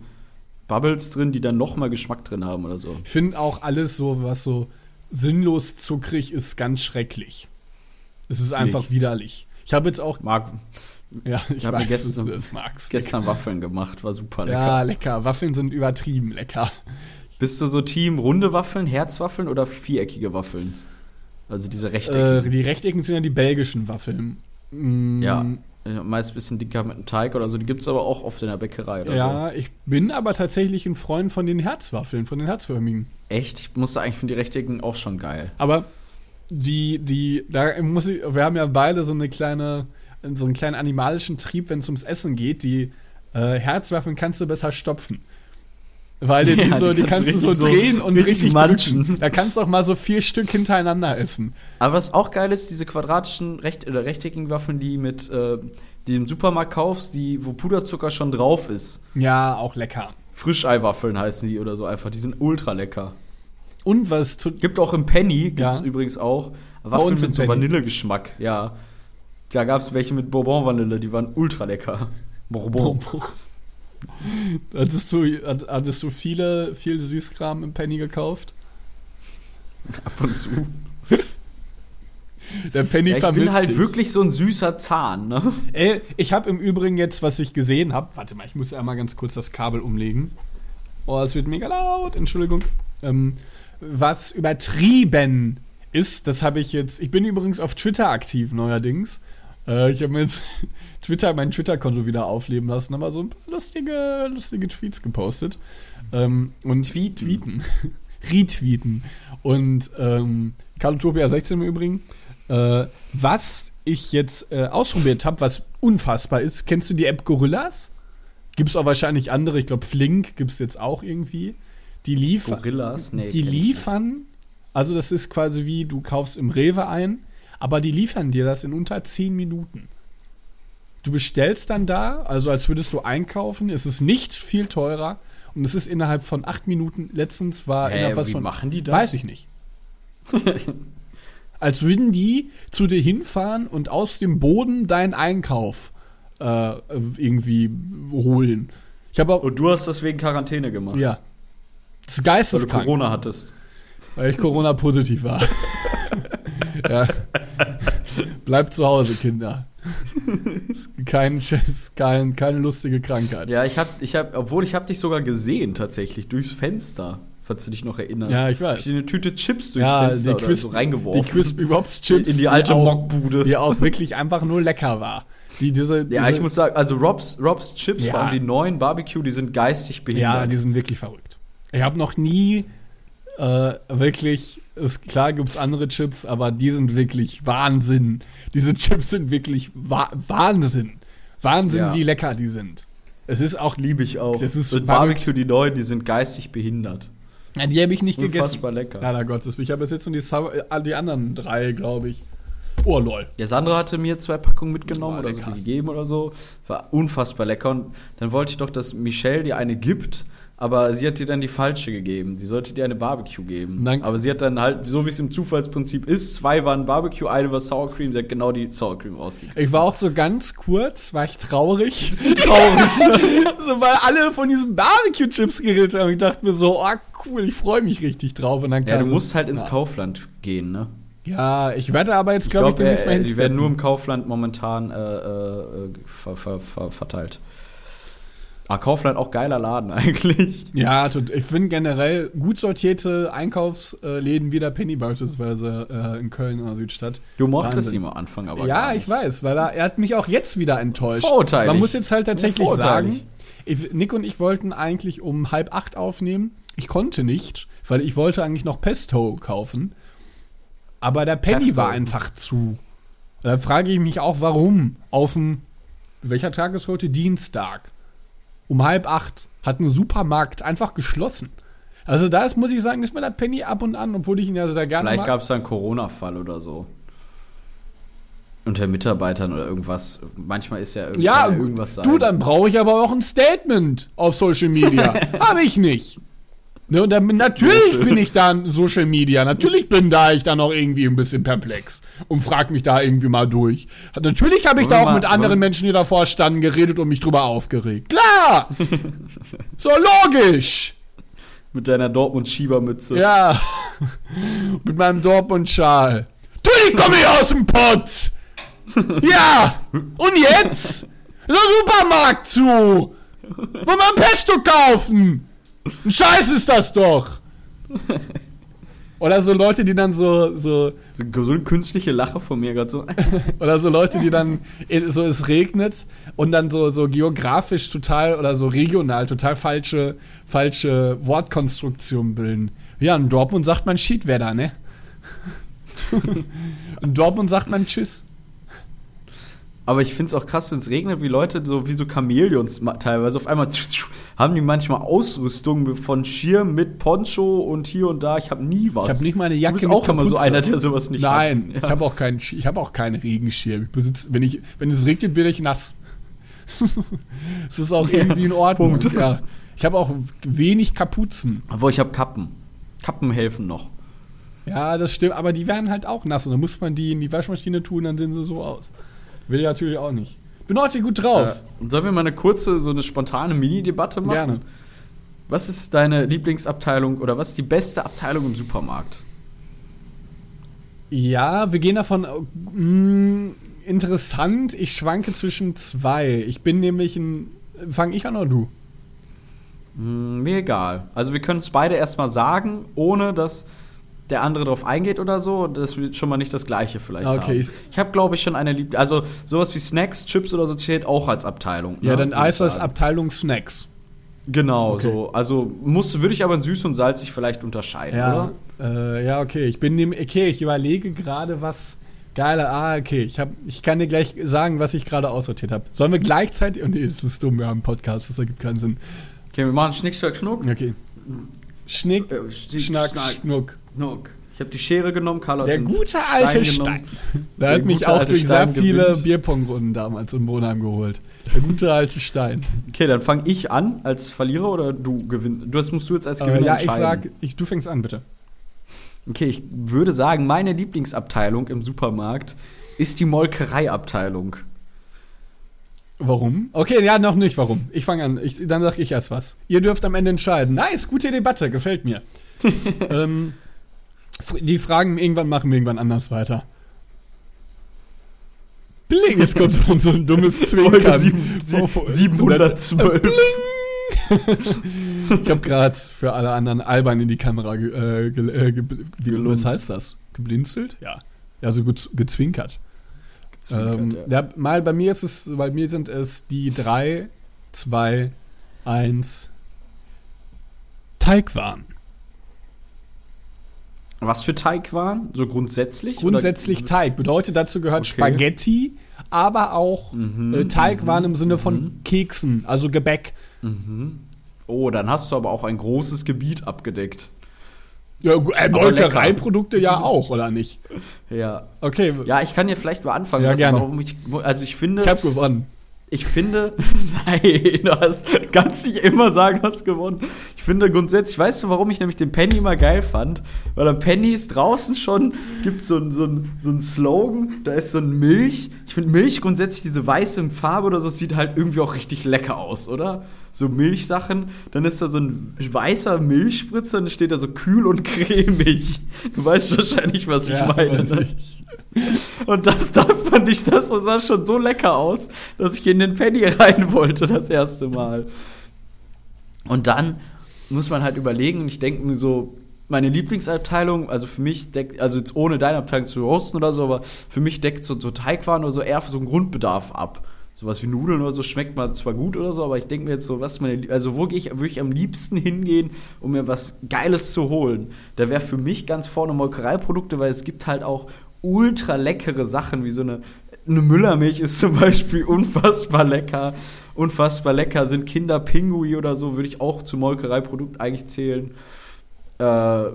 Bubbles drin, die dann nochmal Geschmack drin haben oder so. ich finde auch alles so, was so sinnlos zuckrig ist, ganz schrecklich. Es ist einfach widerlich. Ich habe jetzt auch. Marc, Ja, ich, hab mir weiß, gestern- das magst. gestern Waffeln gemacht, war super lecker. Ja, lecker. Waffeln sind übertrieben lecker. Bist du so Team runde Waffeln, Herzwaffeln oder viereckige Waffeln? Also diese Äh, rechteckigen. die Rechteckigen sind ja die belgischen Waffeln. Mm, ja. Ja, Meist ein bisschen dicker mit einem Teig oder so. Die gibt's aber auch oft in der Bäckerei oder so. Ja, ich bin aber tatsächlich ein Freund von den Herzwaffeln, von den herzförmigen. Echt? Ich musste eigentlich von die rechteckigen auch schon geil. Aber die, die, da muss ich, wir haben ja beide so eine kleine, so einen kleinen animalischen Trieb, wenn es ums Essen geht. Die äh, Herzwaffeln kannst du besser stopfen. Weil [laughs] dir die, Ja, so, die kannst, du so drehen und richtig, manchen. drücken. Da kannst du auch mal so vier Stück hintereinander essen. Aber was auch geil ist, diese quadratischen recht oder rechteckigen Waffeln, die mit äh, die im Supermarkt kaufst, die wo Puderzucker schon drauf ist. Ja, auch lecker. Frischeiwaffeln heißen die oder so einfach. Die sind ultra lecker. Und was tut, Gibt auch im Penny, gibt es Ja. übrigens auch, uns Waffeln im mit so Penny. Vanillegeschmack, ja. Da gab es welche mit Bourbon-Vanille, die waren ultra lecker. Bourbon. Oh. Hattest du, hat- hattest du viele, viel Süßkram im Penny gekauft? Ab und zu. Der Penny Ja, ich vermisst bin halt dich. wirklich so ein süßer Zahn, ne? Ey, ich habe im Übrigen jetzt, was ich gesehen habe. Warte mal, ich muss ja mal ganz kurz das Kabel umlegen. Oh, es wird mega laut. Entschuldigung. Ähm, was übertrieben ist, das habe ich jetzt. Ich bin übrigens auf Twitter aktiv neuerdings. Äh, ich habe mir jetzt [laughs] Twitter, mein Twitter-Konto wieder aufleben lassen, aber so ein paar lustige, lustige Tweets gepostet. Ähm, und Tweeten. tweeten. [laughs] Retweeten. Und ähm, Carlo Topia 16 im Übrigen. Äh, was ich jetzt äh, ausprobiert habe, was unfassbar ist, kennst du die App Gorillas? Gibt es auch wahrscheinlich andere, ich glaube Flink gibt es jetzt auch irgendwie. Die, liefer Gorillas, nee. die kenn ich liefern, also das ist quasi wie, du kaufst im Rewe ein, aber die liefern dir das in unter 10 Minuten. Du bestellst dann da, also als würdest du einkaufen, es ist nicht viel teurer und es ist innerhalb von 8 Minuten, letztens war Hä, innerhalb was wie von machen die das? Weiß [laughs] ich nicht. Als würden die zu dir hinfahren und aus dem Boden deinen Einkauf äh, irgendwie holen. Ich habe auch. Und du hast das wegen Quarantäne gemacht, Ja. Das ist weil du geisteskrank, Corona hattest. weil ich Corona-positiv war. ja. Bleibt zu Hause, Kinder. Ist Kein, ist kein, keine lustige Krankheit. Ja, ich hab, ich hab, obwohl ich hab dich sogar gesehen tatsächlich, durchs Fenster, falls du dich noch erinnerst. Ja, ich weiß. Hab ich dir eine Tüte Chips durchs Fenster oder so reingeworfen. die Crispy Bobs Chips. In die alte auch- Mockbude. Die auch wirklich einfach nur lecker war. Die, diese, Ja, diese, ich muss sagen, also Robs, Robs Chips, Ja. vor allem die neuen Barbecue, die sind geistig behindert. Ja, die sind wirklich verrückt. Ich habe noch nie äh, wirklich, ist, klar gibt's andere Chips, aber die sind wirklich Wahnsinn. Diese Chips sind wirklich Wa Wahnsinn. Wahnsinn, Ja. wie lecker die sind. Es ist auch lieb. liebe ich auch. Das ist Und verrückt. Barbecue, die neuen, die sind geistig behindert. Ja, die habe ich nicht gegessen. Unfassbar lecker. Leider Gottes. Ich habe jetzt nur die, Sau- äh, die anderen drei, glaube ich. Oh, lol. Der Sandro hatte mir zwei Packungen mitgenommen Boah, oder so lecker. gegeben oder so. War unfassbar lecker. Und dann wollte ich doch, dass Michelle dir eine gibt, aber sie hat dir dann die falsche gegeben. Sie sollte dir eine Barbecue geben. Nein. Aber sie hat dann halt, so wie es im Zufallsprinzip ist, zwei waren Barbecue, eine war Sour Cream. Sie hat genau die Sour Cream rausgekriegt. Ich war auch so ganz kurz, war ich [laughs] traurig. [laughs] ne? Traurig. so, weil alle von diesen Barbecue-Chips geredet haben. Ich dachte mir so, oh cool, ich freue mich richtig drauf. Und dann ja, kam du so- musst halt ins Ja. Kaufland gehen, ne? Ja, ich werde aber jetzt, Ich glaube ich, glaube, glaub, demnächst mal die werden hinsteppen. nur im Kaufland momentan äh, äh, ver, ver, ver, verteilt. Ah, Kaufland auch geiler Laden [laughs] eigentlich. Ja, tut, ich finde generell gut sortierte Einkaufsläden wie der Penny beispielsweise äh, in Köln in der Südstadt. Du mochtest Wahnsinn. ihn am Anfang aber Ja, gar nicht. ich weiß, weil er, er hat mich auch jetzt wieder enttäuscht. Vorurteilig. Man muss jetzt halt tatsächlich Vorurteilig. sagen, ich, Nick und ich wollten eigentlich um halb acht aufnehmen. Ich konnte nicht, weil ich wollte eigentlich noch Pesto kaufen. Aber der Penny Pesto. war einfach zu. Da frage ich mich auch, warum? Auf dem, welcher Tag ist heute? Dienstag. Um halb acht hat ein Supermarkt einfach geschlossen. Also da ist, muss ich sagen, ist mir der Penny ab und an, obwohl ich ihn ja sehr gerne Vielleicht mag. gab es da einen Corona-Fall oder so. Unter Mitarbeitern oder irgendwas. Manchmal ist ja, irgend- Ja, kann gut. irgendwas sein. [laughs] du, dann brauche ich aber auch ein Statement auf Social Media. Habe ich nicht. Ne, und dann, natürlich bin ich da in Social Media, natürlich bin da ich da noch irgendwie ein bisschen perplex und frag mich da irgendwie mal durch. Natürlich habe Wollen ich da wir auch mal- mit anderen wollen- Menschen, die davor standen, geredet und mich drüber [laughs] aufgeregt. Klar! so logisch! Mit deiner Dortmund-Schiebermütze. Ja. [laughs] mit meinem Dortmund-Schal. Natürlich komme ich aus dem Pott! Ja! Und jetzt? So Supermarkt zu! Wo man Pesto kaufen! Ein Scheiß ist das doch! Oder so Leute, die dann so, so, So eine künstliche Lache von mir gerade so. oder so Leute, die dann eh, so es regnet und dann so, so geografisch total oder so regional total falsche, falsche Wortkonstruktionen bilden. Ja, in Dortmund sagt man [laughs] Schiedwetter, ne? in Dortmund sagt man Tschüss. Aber ich finde es auch krass, wenn es regnet, wie Leute so wie so Chamäleons ma- teilweise auf einmal haben die manchmal Ausrüstung von Schirm mit Poncho und hier und da. Ich habe nie was. Ich habe nicht mal eine Jacke Du bist auch mit immer so Kapuze. einer, der sowas nicht Nein, hat. ich habe auch keinen, Sch- ich habe auch keinen Regenschirm. Ich besitz, wenn ich, wenn es regnet, werde ich nass. [laughs] Es ist auch irgendwie in Ordnung. Punkt. Ja. Ich habe auch wenig Kapuzen. Obwohl ich habe Kappen. Kappen helfen noch. Ja, das stimmt, aber die werden halt auch nass und dann muss man die in die Waschmaschine tun, dann sehen sie so aus. Will ich natürlich auch nicht. Bin heute gut Äh, drauf. sollen wir mal eine kurze, so eine spontane Mini-Debatte machen? Gerne. Was ist deine Lieblingsabteilung oder was ist die beste Abteilung im Supermarkt? Ja, wir gehen davon. äh, Mh, interessant, ich schwanke zwischen zwei. Ich bin nämlich ein. Fang ich an oder du? Hm, mir egal. Also wir können es beide erstmal sagen, ohne dass der andere drauf eingeht oder so, dass wir schon mal nicht das gleiche vielleicht Okay, haben. ich- Ich, habe, glaube ich, schon eine Lieb... Also sowas wie Snacks, Chips oder so zählt auch als Abteilung. Ja, ne, dann würde ich heißt das sagen. Abteilung Snacks. Genau, Okay. so. Also muss, würde ich aber in süß und salzig vielleicht unterscheiden, Ja, oder? äh, ja, okay. Ich bin dem. Okay, ich überlege gerade, was. Geiler, ah, okay. Ich, hab, ich kann dir gleich sagen, was ich gerade aussortiert habe. Sollen wir gleichzeitig. Oh nee, das ist dumm, wir haben einen Podcast, das ergibt keinen Sinn. Okay, wir machen Schnick, Schnack, Schnuck. Okay. Schnick, Äh, Schnick, Schnack, Schnack. Schnuck. Schnuck. Ich habe die Schere genommen, Karl hat Der den gute alte genommen. Stein. Der hat Der mich gute auch alte durch Stein sehr viele gewinnt. Bierpong-Runden damals in Bonheim geholt. Der gute alte Stein. Okay, dann fange ich an als Verlierer oder du gewinnst. Du, das musst du jetzt als Gewinner Äh, ja, ich entscheiden. sag, ich, du fängst an, bitte. Okay, ich würde sagen, meine Lieblingsabteilung im Supermarkt ist die Molkereiabteilung. Ähm, Warum? Okay, ja, noch nicht, warum. Ich fange an, ich, dann sag ich erst was. Ihr dürft am Ende entscheiden. Nice, gute Debatte, [laughs] gefällt mir. ähm, f- die Fragen irgendwann machen wir irgendwann anders weiter. Bling, jetzt kommt so ein- so ein dummes Zwinkern. Oh, sieben- sie- Vor- vor- 712. [laughs] Ich habe gerade für alle anderen albern in die Kamera ge, äh, ge, äh, ge, wie, was Gelunzt. heißt das? Geblinzelt? Ja. Also ge, gezwinkert. Gezwinkert, ähm, ja. ja. mal bei mir ist es bei mir sind es die 3 2 1 Teigwaren. Was für Teigwaren? So grundsätzlich? Grundsätzlich oder? Teig bedeutet dazu gehört Okay. Spaghetti, aber auch Mhm, äh, Teigwaren im Sinne von Keksen, also Gebäck. Mhm. Oh, dann hast du aber auch ein großes Gebiet abgedeckt. Ja, äh, Aber lecker. Molkereiprodukte ja auch oder nicht? Ja. Okay, Ja, ich kann hier vielleicht mal anfangen, Ja, was- gerne. warum ich. Also ich finde. ich habe gewonnen. Ich finde, [laughs] nein, du hast, kannst nicht immer sagen, du hast gewonnen. Ich finde grundsätzlich, weißt du, warum ich nämlich den Penny immer geil fand? Weil am Penny ist draußen schon, gibt so es so ein so ein Slogan, da ist so ein Milch. Ich finde Milch grundsätzlich, diese weiße Farbe oder so, sieht halt irgendwie auch richtig lecker aus, oder? So Milchsachen, dann ist da so ein weißer Milchspritzer und dann steht da so kühl und cremig. Du weißt wahrscheinlich, was ich Ja, meine. weiß ne? Und das darf man nicht, das sah schon so lecker aus, dass ich in den Penny rein wollte das erste Mal. Und dann muss man halt überlegen und ich denke mir so, meine Lieblingsabteilung, also für mich deckt, also jetzt ohne deine Abteilung zu roasten oder so, aber für mich deckt so, so Teigwaren oder so eher so einen Grundbedarf ab. Sowas wie Nudeln oder so schmeckt mal zwar gut oder so, aber ich denke mir jetzt so, was ist meine, Lie- also wo gehe ich, würde ich am liebsten hingehen, um mir was Geiles zu holen? Da wäre für mich ganz vorne Molkereiprodukte, weil es gibt halt auch ultra leckere Sachen, wie so eine, eine Müllermilch ist zum Beispiel unfassbar lecker. Unfassbar lecker sind Kinderpingui oder so, würde ich auch zu Molkereiprodukt eigentlich zählen. Äh,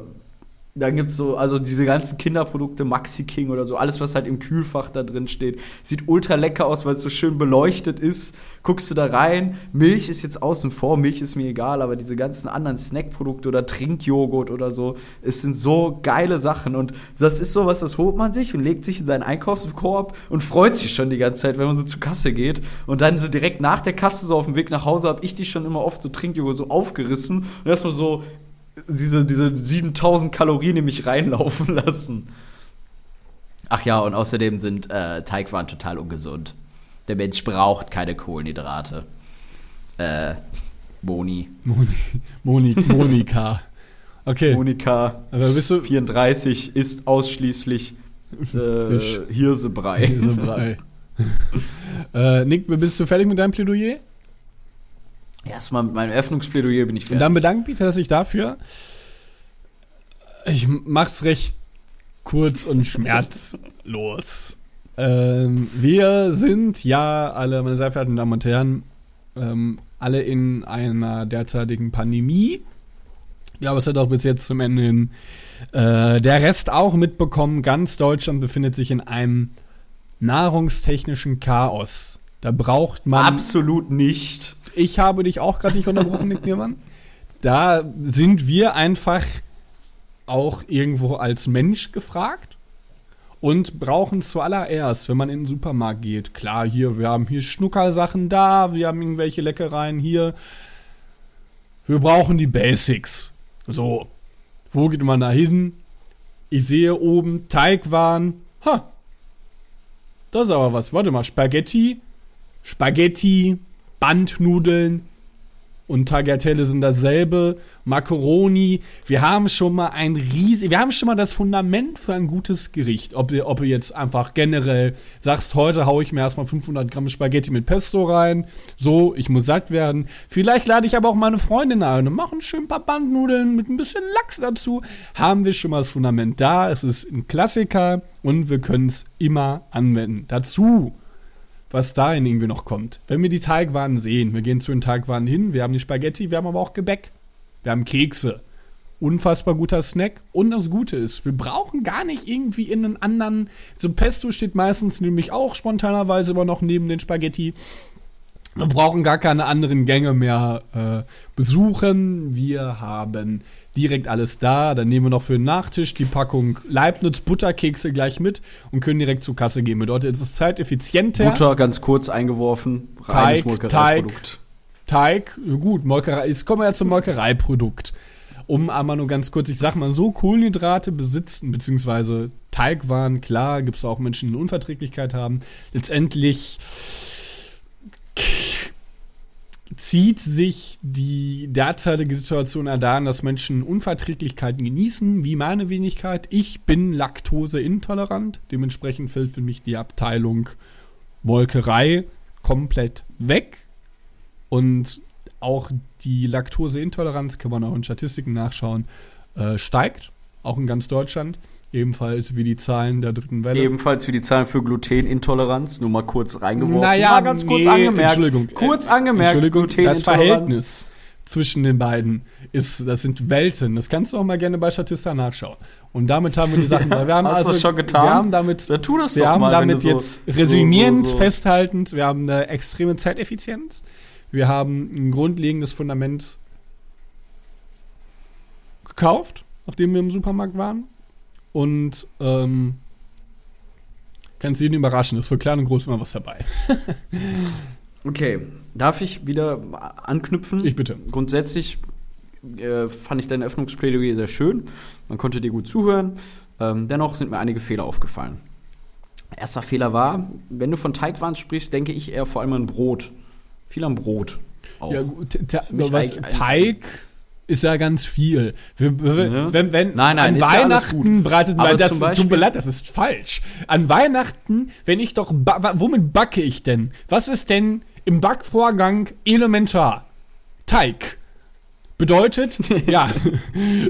Dann gibt's so, also diese ganzen Kinderprodukte, Maxi King oder so, alles, was halt im Kühlfach da drin steht, sieht ultra lecker aus, weil es so schön beleuchtet ist. Guckst du da rein, Milch ist jetzt außen vor, Milch ist mir egal, aber diese ganzen anderen Snackprodukte oder Trinkjoghurt oder so, es sind so geile Sachen. Und das ist so was, das holt man sich und legt sich in seinen Einkaufskorb und freut sich schon die ganze Zeit, wenn man so zur Kasse geht. Und dann so direkt nach der Kasse, so auf dem Weg nach Hause, habe ich die schon immer oft so Trinkjoghurt so aufgerissen und erstmal so diese, diese 7000 Kalorien in mich reinlaufen lassen. Ach ja, und außerdem sind äh, Teigwaren total ungesund. Der Mensch braucht keine Kohlenhydrate. Äh, Moni. Moni, Moni, Monika. Okay. Monika aber bist du 34 isst ausschließlich Fisch. äh, Hirsebrei. [laughs] Käsebrei. äh, Nick, bist du fertig mit deinem Plädoyer? [laughs] Erstmal mit meinem Öffnungsplädoyer bin ich fertig. Und dann bedankt Peter sich dafür. Ich mach's recht kurz und schmerzlos. Ähm, wir sind ja alle, meine sehr verehrten Damen und Herren, ähm, alle in einer derzeitigen Pandemie. Ich glaube, es hat auch bis jetzt zum Ende hin äh, der Rest auch mitbekommen. Ganz Deutschland befindet sich in einem nahrungstechnischen Chaos. Da braucht man Absolut nicht. ich habe dich auch gerade nicht unterbrochen, Nick Niermann. Da sind wir einfach auch irgendwo als Mensch gefragt und brauchen zuallererst, wenn man in den Supermarkt geht, klar, hier, wir haben hier Schnuckersachen da, wir haben irgendwelche Leckereien hier. Wir brauchen die Basics. So, wo geht man da hin? Ich sehe oben Teigwaren. Ha, das ist aber was. Warte mal, Spaghetti, Spaghetti, Bandnudeln und Tagliatelle sind dasselbe, Macaroni. Wir haben schon mal ein riesig, wir haben schon mal das Fundament für ein gutes Gericht. Ob, ihr- ob du jetzt einfach generell sagst, heute haue ich mir erstmal 500 Gramm Spaghetti mit Pesto rein. So, ich muss satt werden. Vielleicht lade ich aber auch meine Freundin ein und machen schön ein paar Bandnudeln mit ein bisschen Lachs dazu. Haben wir schon mal das Fundament da. Es ist ein Klassiker und wir können es immer anwenden. Dazu was dahin irgendwie noch kommt. Wenn wir die Teigwaren sehen, wir gehen zu den Teigwaren hin, wir haben die Spaghetti, wir haben aber auch Gebäck, wir haben Kekse. Unfassbar guter Snack. Und das Gute ist, wir brauchen gar nicht irgendwie in einen anderen. So Pesto steht meistens nämlich auch spontanerweise immer noch neben den Spaghetti. Wir brauchen gar keine anderen Gänge mehr äh, besuchen. Wir haben direkt alles da. Dann nehmen wir noch für den Nachtisch die Packung Leibniz Butterkekse gleich mit und können direkt zur Kasse gehen. Bedeutet, es ist zeiteffizienter. Butter ganz kurz eingeworfen. Teig, reines Molkereiprodukt. Teig, gut, Molkerei, jetzt kommen wir ja zum Molkereiprodukt. Um einmal nur ganz kurz, ich sag mal so, Kohlenhydrate besitzen, beziehungsweise Teigwaren, klar, gibt es auch Menschen, die eine Unverträglichkeit haben. Letztendlich zieht sich die derzeitige Situation daran, dass Menschen Unverträglichkeiten genießen, wie meine Wenigkeit. Ich bin laktoseintolerant, dementsprechend fällt für mich die Abteilung Molkerei komplett weg. Und auch die Laktoseintoleranz, kann man auch in Statistiken nachschauen, äh, steigt, auch in ganz Deutschland. Ebenfalls wie die Zahlen der dritten Welle. Ebenfalls für die Zahlen für Glutenintoleranz, nur mal kurz reingeworfen. Naja, mal ganz kurz nee, angemerkt. Entschuldigung. Kurz angemerkt, Entschuldigung, das Glutenintoleranz. Verhältnis zwischen den beiden ist, das sind Welten. Das kannst du auch mal gerne bei Statista nachschauen. Und damit haben wir [laughs] die Sachen. weil wir haben hast du also, das schon getan? Wir haben damit, Dann tu das wir doch haben mal, wenn damit du so- jetzt resümierend, so- so- festhaltend, wir haben eine extreme Zeiteffizienz. Wir haben ein grundlegendes Fundament gekauft, nachdem wir im Supermarkt waren. Und ähm, kannst jeden überraschen, ist für klein und groß immer was dabei. Okay, darf ich wieder anknüpfen? Ich bitte. Grundsätzlich äh, fand ich dein Öffnungsplädoyer sehr schön. Man konnte dir gut zuhören. Ähm, dennoch sind mir einige Fehler aufgefallen. Erster Fehler war, wenn du von Teigwaren sprichst, denke ich eher vor allem an Brot. Viel an Brot. Auch. Ja, gut, te- te- Für mich was, eigentlich- Teig ist ja ganz viel. Wir, wir, Ne? wenn, wenn, Nein, nein, an ist ja alles Weihnachten bratet Aber man das. zum Beispiel- Tut mir leid, das ist falsch. An Weihnachten, wenn ich doch. ba- wa- Womit backe ich denn? Was ist denn im Backvorgang elementar? Teig. [laughs] Bedeutet, ja,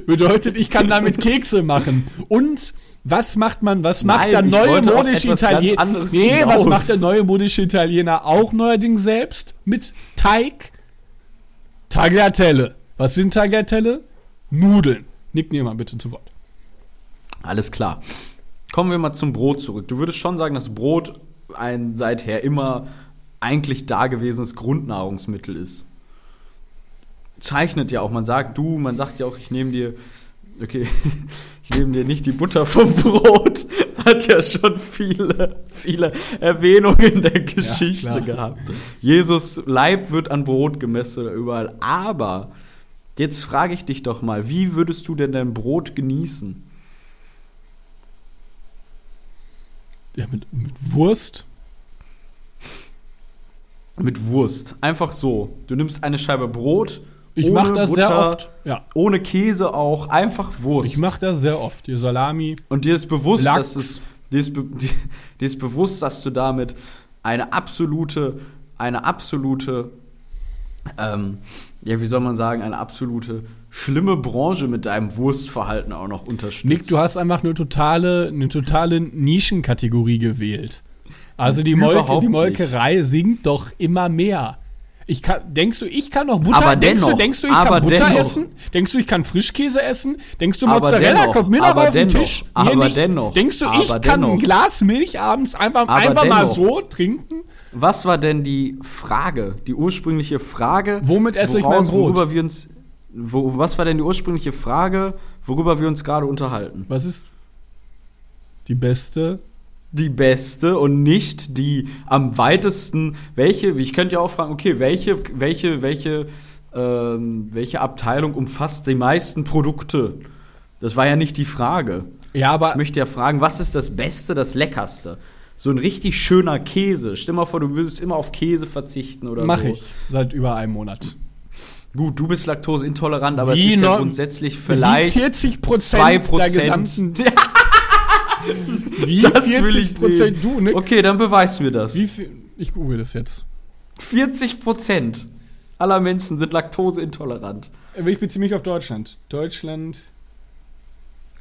bedeutet, ich kann damit Kekse machen. Und was macht man, was Nein, macht der ich neue wollte auf modische etwas ganz Italiener? anderes Nee, was hinaus. macht der neue modische Italiener auch neuerdings selbst? Mit Teig? Tagliatelle. Was sind Tagliatelle? Nudeln. Nick, nimm mal bitte zu Wort. Alles klar. Kommen wir mal zum Brot zurück. Du würdest schon sagen, dass Brot ein seither immer eigentlich dagewesenes Grundnahrungsmittel ist. Zeichnet ja auch, man sagt du, man sagt ja auch, ich nehme dir, okay, [laughs] ich nehme dir nicht die Butter vom Brot. [laughs] Das hat ja schon viele, viele Erwähnungen in der Geschichte klar. gehabt. Jesus Leib wird an Brot gemessen oder überall. Aber jetzt frage ich dich doch mal, wie würdest du denn dein Brot genießen? Ja, mit, mit Wurst. Mit Wurst. Einfach so. Du nimmst eine Scheibe Brot. Ich ohne mache das sehr Butter, oft. Ja. Ohne Käse auch. Einfach Wurst. Ich mache das sehr oft. Ihr Salami. Und dir ist bewusst, Lachs. dass es, dir ist, be [laughs] dir, dir ist bewusst, dass du damit eine absolute, eine absolute, ähm, ja, wie soll man sagen, eine absolute schlimme Branche mit deinem Wurstverhalten auch noch unterstützt. Nick, du hast einfach eine totale, eine totale Nischenkategorie gewählt. Also die, [laughs] Molke, Überhaupt die nicht. Molkerei sinkt doch immer mehr. Ich kann, denkst du, ich kann noch Butter? Aber denkst du, dennoch, denkst du, ich aber kann Butter dennoch. essen? Denkst du, ich kann Frischkäse essen? Denkst du, Aber Mozzarella dennoch, kommt mir noch aber auf den dennoch, Tisch? Mir aber nicht. dennoch, Denkst du, ich aber kann ein dennoch. Glas Milch abends einfach, Aber einfach mal dennoch. so trinken? Was war denn die Frage, die ursprüngliche Frage? Womit esse ich mein Brot? Worüber wir uns, wo, was war denn die ursprüngliche Frage, worüber wir uns gerade unterhalten? Was ist die beste? Die beste und nicht die am weitesten, welche, ich könnte ja auch fragen, okay, welche, welche, welche, ähm, welche Abteilung umfasst die meisten Produkte? Das war ja nicht die Frage. Ja, aber Ich möchte ja fragen, was ist das Beste, das Leckerste? So ein richtig schöner Käse. Stell mal vor, du würdest immer auf Käse verzichten oder mache so. ich seit über einem Monat. Gut, du bist laktoseintolerant, aber Wie es ist noch- ja grundsätzlich vielleicht Wie 40 2 Prozent der [laughs] gesamten. Prozent. Wie Das will ich 40 sehen. Prozent du, Nick? Okay, dann beweis mir das. Wie viel? Ich google das jetzt. 40 Prozent aller Menschen sind laktoseintolerant. Aber ich beziehe mich auf Deutschland. Deutschland.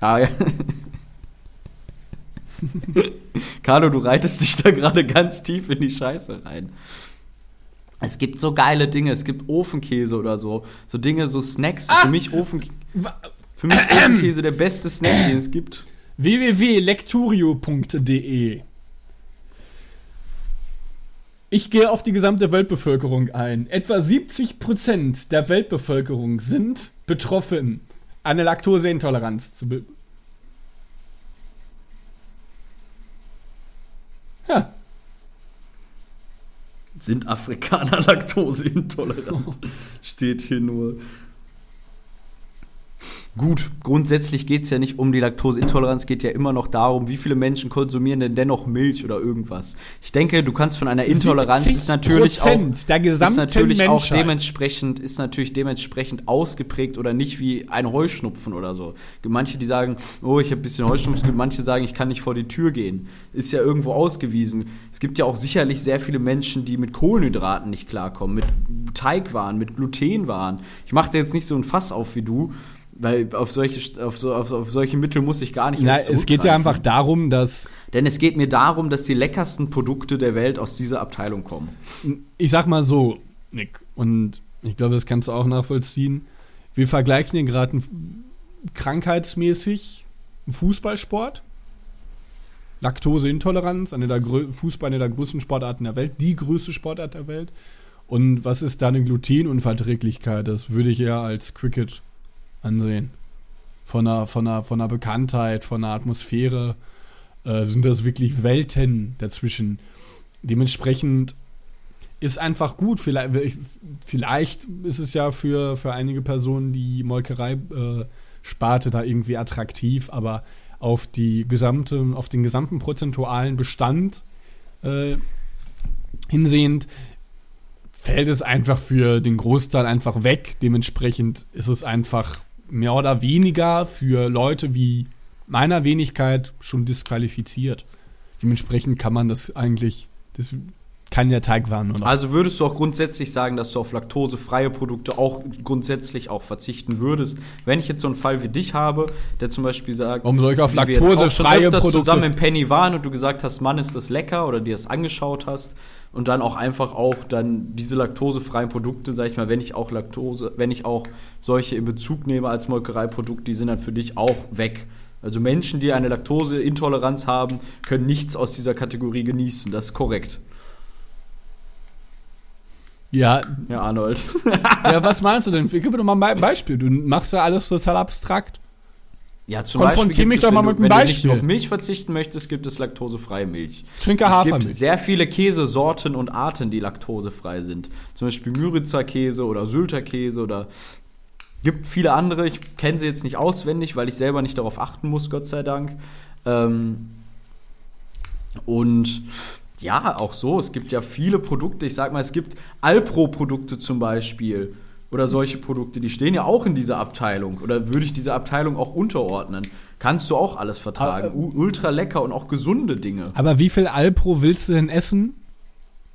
Ah, ja. [laughs] Carlo, du reitest dich da gerade ganz tief in die Scheiße rein. Es gibt so geile Dinge. Es gibt Ofenkäse oder so. So Dinge, so Snacks. Ah! Für mich Ofen, für mich Ofenkäse der beste Snack, den es gibt. www.lecturio.de Ich gehe auf die gesamte Weltbevölkerung ein. Etwa 70 Prozent der Weltbevölkerung sind betroffen, eine Laktoseintoleranz zu be ja. Sind Afrikaner [laughs] laktoseintolerant? Steht hier nur. Gut, grundsätzlich geht es ja nicht um die Laktoseintoleranz, geht ja immer noch darum, wie viele Menschen konsumieren denn dennoch Milch oder irgendwas. Ich denke, du kannst von einer Intoleranz ist natürlich auch 70% der gesamten ist natürlich auch Menschheit. dementsprechend ist natürlich dementsprechend ausgeprägt oder nicht wie ein Heuschnupfen oder so. Manche die sagen, oh, ich habe ein bisschen Heuschnupfen, es gibt manche sagen, ich kann nicht vor die Tür gehen. Ist ja irgendwo ausgewiesen. Es gibt ja auch sicherlich sehr viele Menschen, die mit Kohlenhydraten nicht klarkommen, mit Teigwaren, mit Glutenwaren. Ich mache da jetzt nicht so ein Fass auf wie du, weil auf solche auf, so, auf, auf solche Mittel muss ich gar nicht Na, erst es geht ja zurückgreifen. einfach darum, dass denn es geht mir darum, dass die leckersten Produkte der Welt aus dieser Abteilung kommen. ich sag mal so, Nick, und ich glaube, das kannst du auch nachvollziehen. Wir vergleichen den gerade krankheitsmäßig einen Fußballsport. Laktoseintoleranz, eine der grö- Fußball eine der größten Sportarten der Welt, die größte Sportart der Welt. Und was ist da eine Glutenunverträglichkeit? Das würde ich eher als Cricket ansehen. Von einer, von einer, von einer Bekanntheit, von einer Atmosphäre äh, sind das wirklich Welten dazwischen. Dementsprechend ist einfach gut. Vielleicht, vielleicht ist es ja für, für einige Personen die Molkerei-Sparte da irgendwie attraktiv, aber auf, die gesamte, auf den gesamten prozentualen Bestand äh, hinsehend fällt es einfach für den Großteil einfach weg. Dementsprechend ist es einfach mehr oder weniger für Leute wie meiner Wenigkeit schon disqualifiziert. Dementsprechend kann man das eigentlich, das kann der Teig waren oder Also würdest du auch grundsätzlich sagen, dass du auf laktosefreie Produkte auch grundsätzlich auch verzichten würdest? Wenn ich jetzt so einen Fall wie dich habe, der zum Beispiel sagt, Warum soll ich auf wie wir jetzt auch schon laktosefreie öfters Produkte- zusammen im Penny waren und du gesagt hast, Mann, ist das lecker oder dir das angeschaut hast und dann auch einfach auch dann diese laktosefreien Produkte, sag ich mal, wenn ich auch Laktose, wenn ich auch solche in Bezug nehme als Molkereiprodukt, die sind dann für dich auch weg. Also Menschen, die eine Laktoseintoleranz haben, können nichts aus dieser Kategorie genießen. Das ist korrekt. Ja, Ja, Arnold. ja, was meinst du denn? Gib mir doch mal ein Beispiel. Du machst ja alles total abstrakt. Ja, zum Beispiel Konfrontier gibt mich es, doch mal wenn mit du, wenn du einem Beispiel. nicht auf Milch verzichten möchtest, gibt es laktosefreie Milch. Trinke Es gibt Hafermilch. sehr viele Käsesorten und Arten, die laktosefrei sind. Zum Beispiel Müritzer Käse oder Sylter Käse oder gibt viele andere. Ich kenne sie jetzt nicht auswendig, weil ich selber nicht darauf achten muss, Gott sei Dank. Ähm, und ja, auch so. Es gibt ja viele Produkte. Ich sag mal, es gibt Alpro-Produkte zum Beispiel. Oder solche Produkte, die stehen ja auch in dieser Abteilung. Oder würde ich diese Abteilung auch unterordnen? Kannst du auch alles vertragen. Aber- U- Ultra lecker und auch gesunde Dinge. Aber wie viel Alpro willst du denn essen,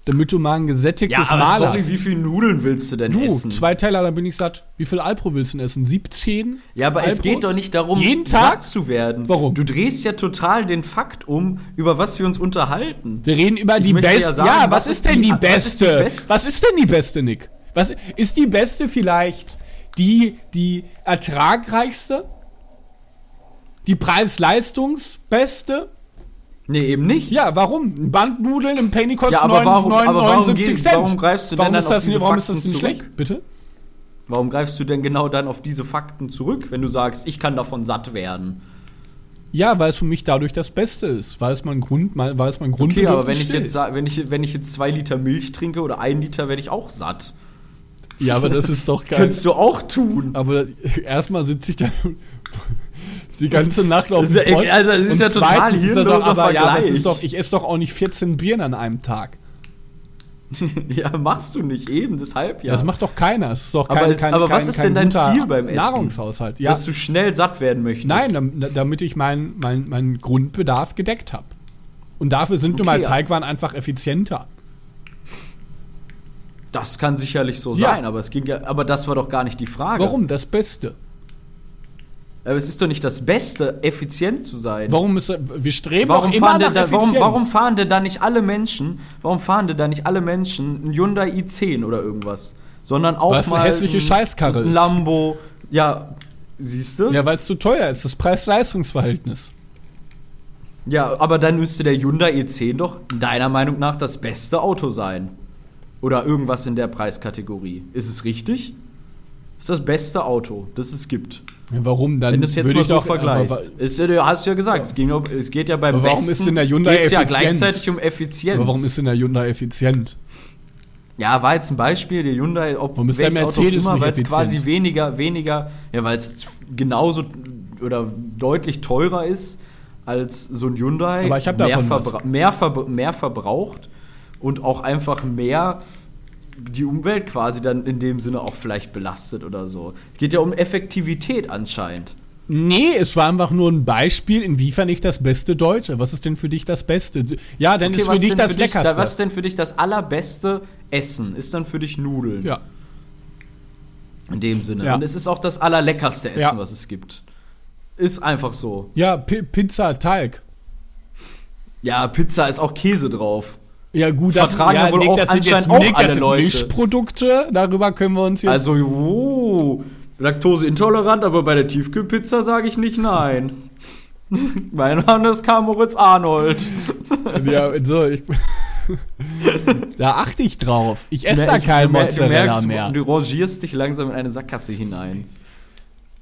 damit du mal ein gesättigtes Ja, aber Mahl sorry, hast? wie viel Nudeln willst du denn Du, essen? zwei Teller, dann bin ich satt. Wie viel Alpro willst du denn essen? 17? ja, aber es Alpros? geht doch nicht darum, Jeden Tag? satt zu werden. Warum? Du drehst ja total den Fakt um, über was wir uns unterhalten. Wir reden über Ich die möchte ja beste. Ja, sagen, was, ist denn die was ist die beste? beste? Was ist denn die beste, Nick? Was ist die beste vielleicht? Die, die ertragreichste? Die preis-leistungs-beste? Nee, eben nicht. Ja, warum? Bandnudeln im Penny kosten Ja, aber warum- 9,79 aber warum geht- Cent. warum greifst du denn dann ist auf das, diese warum ist das Fakten denn zurück? schlecht? Bitte? Warum greifst du denn genau dann auf diese Fakten zurück, wenn du sagst, ich kann davon satt werden? Ja, weil es für mich dadurch das Beste ist. Weil es mein Grund, mein- weil es mein Grund Okay, aber wenn ich, jetzt, sa- wenn, ich, wenn ich jetzt zwei Liter Milch trinke oder ein Liter, werde ich auch satt. Ja, aber das [laughs] ist doch geil. Könntest du auch tun. [laughs] aber erstmal sitze ich da [laughs] die ganze Nacht auf Das dem ist ja- Pott also, das ist und ja total zweitens ist das doch, hirnloser aber, ja, aber es Vergleich. ist doch, ich esse doch auch nicht 14 Bieren an einem Tag. ja, machst du nicht eben, deshalb ja. Das macht doch keiner. Es ist doch Aber- kein, kein, aber kein, was ist kein denn dein guter Ziel beim Essen? Nahrungshaushalt. Ja, Dass du schnell satt werden möchtest. Nein, dam- damit ich meinen mein, meinen Grundbedarf gedeckt habe. Und dafür sind nun mal Okay. Teigwaren einfach effizienter. Das kann sicherlich so Ja. sein, aber es ging ja, aber das war doch gar nicht die Frage. Warum das Beste? Aber es ist doch nicht das Beste, effizient zu sein. Warum ist wir streben Warum auch immer fahren, nach denn da, warum, Effizienz? warum fahren denn da nicht alle Menschen, warum fahren denn da nicht alle Menschen ein Hyundai i10 oder irgendwas, sondern auch Weil's eine mal hässliche Scheißkarre ein ist. Lambo. Ja, siehst du? Ja. ja, weil es zu teuer ist, das Preis-Leistungs-Verhältnis. aber dann müsste der Hyundai i10 doch deiner Meinung nach das beste Auto sein. Oder irgendwas in der Preiskategorie. Ist es richtig? Ist das beste Auto, das es gibt. Ja, warum dann? Wenn du es jetzt würde mal ich so doch- vergleichst. Aber, Ist, du hast ja gesagt, es, ging, ja- es geht ja beim Aber warum Westen, ist denn der Hyundai geht's ja effizient? gleichzeitig um Effizienz. aber warum ist denn der Hyundai effizient? ja, war jetzt ein Beispiel, der Hyundai, ob Warum ist der welches Auto Mercedes auch nicht weil es quasi effizient? weniger, weniger, ja, weil es genauso oder deutlich teurer ist als so ein Hyundai. Aber ich hab mehr, davon was. verbra mehr, verbra mehr verbraucht und auch einfach mehr die Umwelt quasi dann in dem Sinne auch vielleicht belastet oder so. Geht ja um Effektivität anscheinend. Nee, es war einfach nur ein Beispiel, inwiefern ich das Beste deutsche. Was ist denn für dich das Beste? Ja, dann ist was für dich denn das da- Was Leckerste. ist denn für dich das allerbeste Essen? Ist dann für dich Nudeln. Ja. In dem Sinne. Ja. Und es ist auch das allerleckerste Essen, Ja. was es gibt. Ist einfach so. Ja, Pi- Pizza, Teig. Ja, Pizza ist auch Käse drauf. Ja, gut, Vertragen ja, wohl auch das sind jetzt anscheinend auch Nick, alle das sind Leute. Milchprodukte, darüber können wir uns jetzt. Also, uh, laktoseintolerant, aber bei der Tiefkühlpizza sage ich nicht nein. [laughs] mein Name ist Karl Moritz Arnold. Also- ja, so, ich, [laughs] da achte ich drauf. Ich esse Mer- da ich- kein du mer- Mozzarella du merkst, mehr. Du rangierst dich langsam in eine Sackgasse hinein.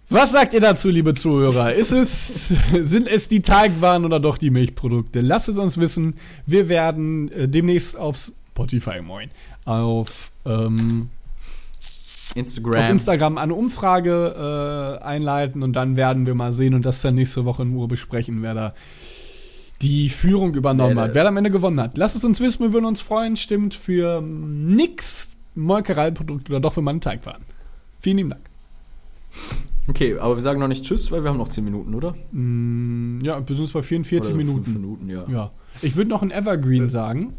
Was sagt ihr dazu, liebe Zuhörer? Ist es, [laughs] sind es die Teigwaren oder doch die Milchprodukte? Lasst es uns wissen. Wir werden äh, demnächst auf Spotify, moin, auf, ähm, Instagram. auf Instagram eine Umfrage äh, einleiten und dann werden wir mal sehen und das dann nächste Woche in Ruhe besprechen, wer da die Führung übernommen Wer da- hat, wer da am Ende gewonnen hat. Lasst es uns wissen, wir würden uns freuen. Stimmt für nix Molkereiprodukt oder doch für meine Teigwaren. Vielen lieben Dank. Okay, aber wir sagen noch nicht Tschüss, weil wir haben noch 10 Minuten, oder? Mm, Ja, wir sind jetzt bei 44 Oder Minuten. fünf Minuten, ja. Ja. Ich würde noch ein Evergreen sagen.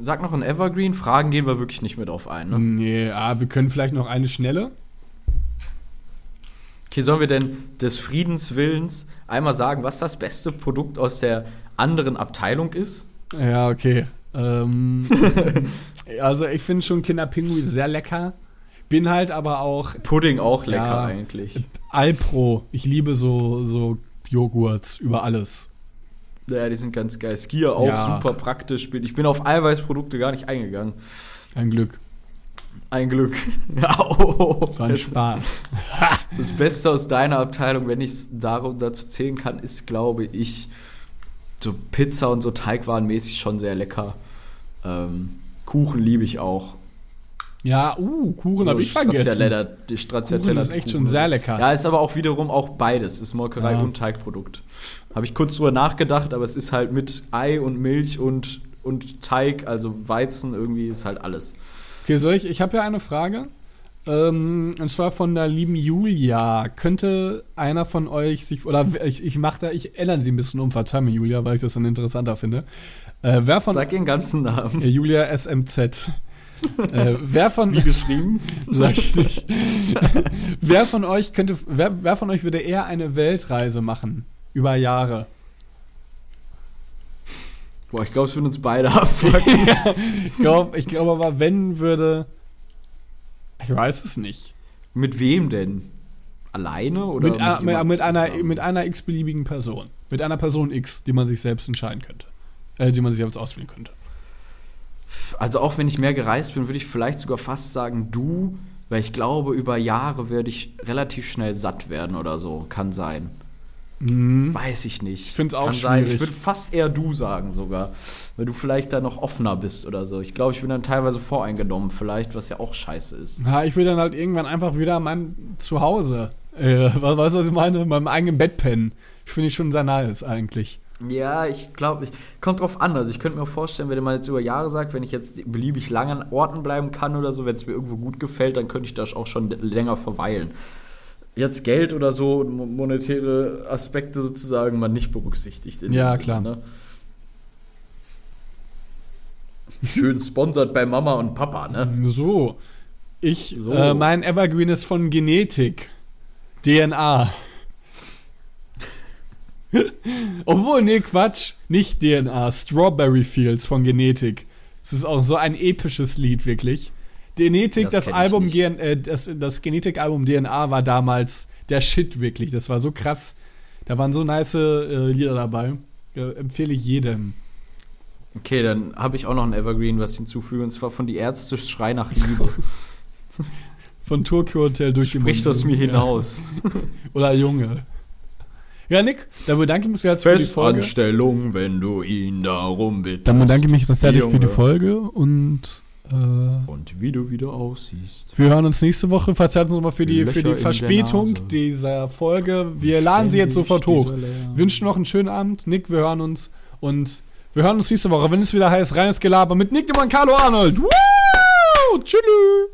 Sag noch ein Evergreen. Fragen gehen wir wirklich nicht mehr drauf ein. Ne? Nee, ah, wir können vielleicht noch eine schnelle. Okay, sollen wir denn des Friedenswillens einmal sagen, was das beste Produkt aus der anderen Abteilung ist? Ja, okay. Ähm, also ich finde schon Kinderpinguin sehr lecker. Bin halt aber auch Pudding auch lecker Ja. eigentlich. Alpro. Ich liebe so, so Joghurts, über alles. Ja, die sind ganz geil. Skier auch Ja. super praktisch. Ich bin auf Eiweißprodukte gar nicht eingegangen. Ein Glück. Ein Glück. [laughs] Au. War ein Spaß. Das Beste aus deiner Abteilung, wenn ich es darum dazu zählen kann, ist, glaube ich, so Pizza und so Teigwaren mäßig schon sehr lecker. Ähm, Kuchen liebe ich auch. Ja, uh, Kuchen habe ich vergessen. Stracciatella, die Stracciatella Kuchen ist echt schon sehr lecker. Ja, ist aber auch wiederum auch beides. Ist Molkerei Ja. und Teigprodukt. Habe ich kurz drüber nachgedacht, aber es ist halt mit Ei und Milch und, und Teig, also Weizen irgendwie ist halt alles. Okay, soll ich? Ich habe ja eine Frage. Ähm, und zwar von der lieben Julia. Könnte einer von euch sich, oder ich, ich mache da, ich ändern sie ein bisschen um, verzeih mir Julia, weil ich das dann interessanter finde. Äh, wer von [laughs] Sag ihren ganzen Namen. Äh, Julia SMZ. äh, wer [laughs] von [laughs] wie geschrieben? Sag ich nicht. [laughs] wer von euch könnte, wer, wer von euch würde eher eine Weltreise machen über Jahre? [laughs] Boah, ich glaube, es würden uns beide abfucken. Ich glaube, ich glaube aber, wenn würde, ich weiß es nicht. Mit wem denn? Alleine oder Mit, a- mit, jemandem mit einer, zusammen? mit einer x-beliebigen Person, mit einer Person X, die man sich selbst entscheiden könnte, äh, die man sich selbst auswählen könnte. Also auch wenn ich mehr gereist bin, würde ich vielleicht sogar fast sagen du, weil ich glaube, über Jahre werde ich relativ schnell satt werden oder so. Kann sein. Mhm. Weiß ich nicht. Ich find's auch Kann sein. schwierig. Ich würde fast eher du sagen sogar, weil du vielleicht da noch offener bist oder so. Ich glaube, ich bin dann teilweise voreingenommen vielleicht, was ja auch scheiße ist. Ja, ich will dann halt irgendwann einfach wieder mein Zuhause, äh, was, weißt du, was ich meine, in meinem eigenen Bett pennen. Finde ich schon sehr nice eigentlich. Ja, ich glaube, ich kommt drauf an. Also ich könnte mir vorstellen, wenn man jetzt über Jahre sagt, wenn ich jetzt beliebig lange an Orten bleiben kann oder so, wenn es mir irgendwo gut gefällt, dann könnte ich da auch schon länger verweilen. Jetzt Geld oder so, mo- monetäre Aspekte sozusagen, man nicht berücksichtigt. in dem Ja, Sinne, klar. ne? Schön sponsert bei Mama und Papa, ne? So, ich, So. Äh, mein Evergreen ist von Genetik. DNA. [laughs] Obwohl, nee, Quatsch, nicht DNA, Strawberry Fields von Genetik. Es ist auch so ein episches Lied, wirklich. Genetik, Das das, kenn ich Album, nicht. Gen- äh, das, das Genetik-Album DNA war damals der Shit, wirklich. Das war so krass. Da waren so nice äh, Lieder dabei. Äh, empfehle ich jedem. Okay, dann habe ich auch noch ein Evergreen, was hinzufügen, und zwar von die Ärzte Schrei nach Liebe. Von Tokyo Hotel [laughs] durch die Bricht aus mir Monsun. Ja. hinaus. Oder Junge. Ja, Nick, dann bedanke ich mich jetzt für die Folge. Festanstellung, wenn du ihn darum bittest. Dann bedanke ich mich jetzt herzlich für die Junge. Folge und äh, wir Und wie du wieder aussiehst. hören uns nächste Woche. Verzeiht uns nochmal für die, für Löcher die in der Verspätung Nase. dieser Folge. Wir laden sie jetzt sofort hoch. Wünschen noch einen schönen Abend. Nick, wir hören uns und wir hören uns nächste Woche, wenn es wieder heißt, reines Gelaber mit Nick, dem und Carlo Arnold. Woo! Tschüss.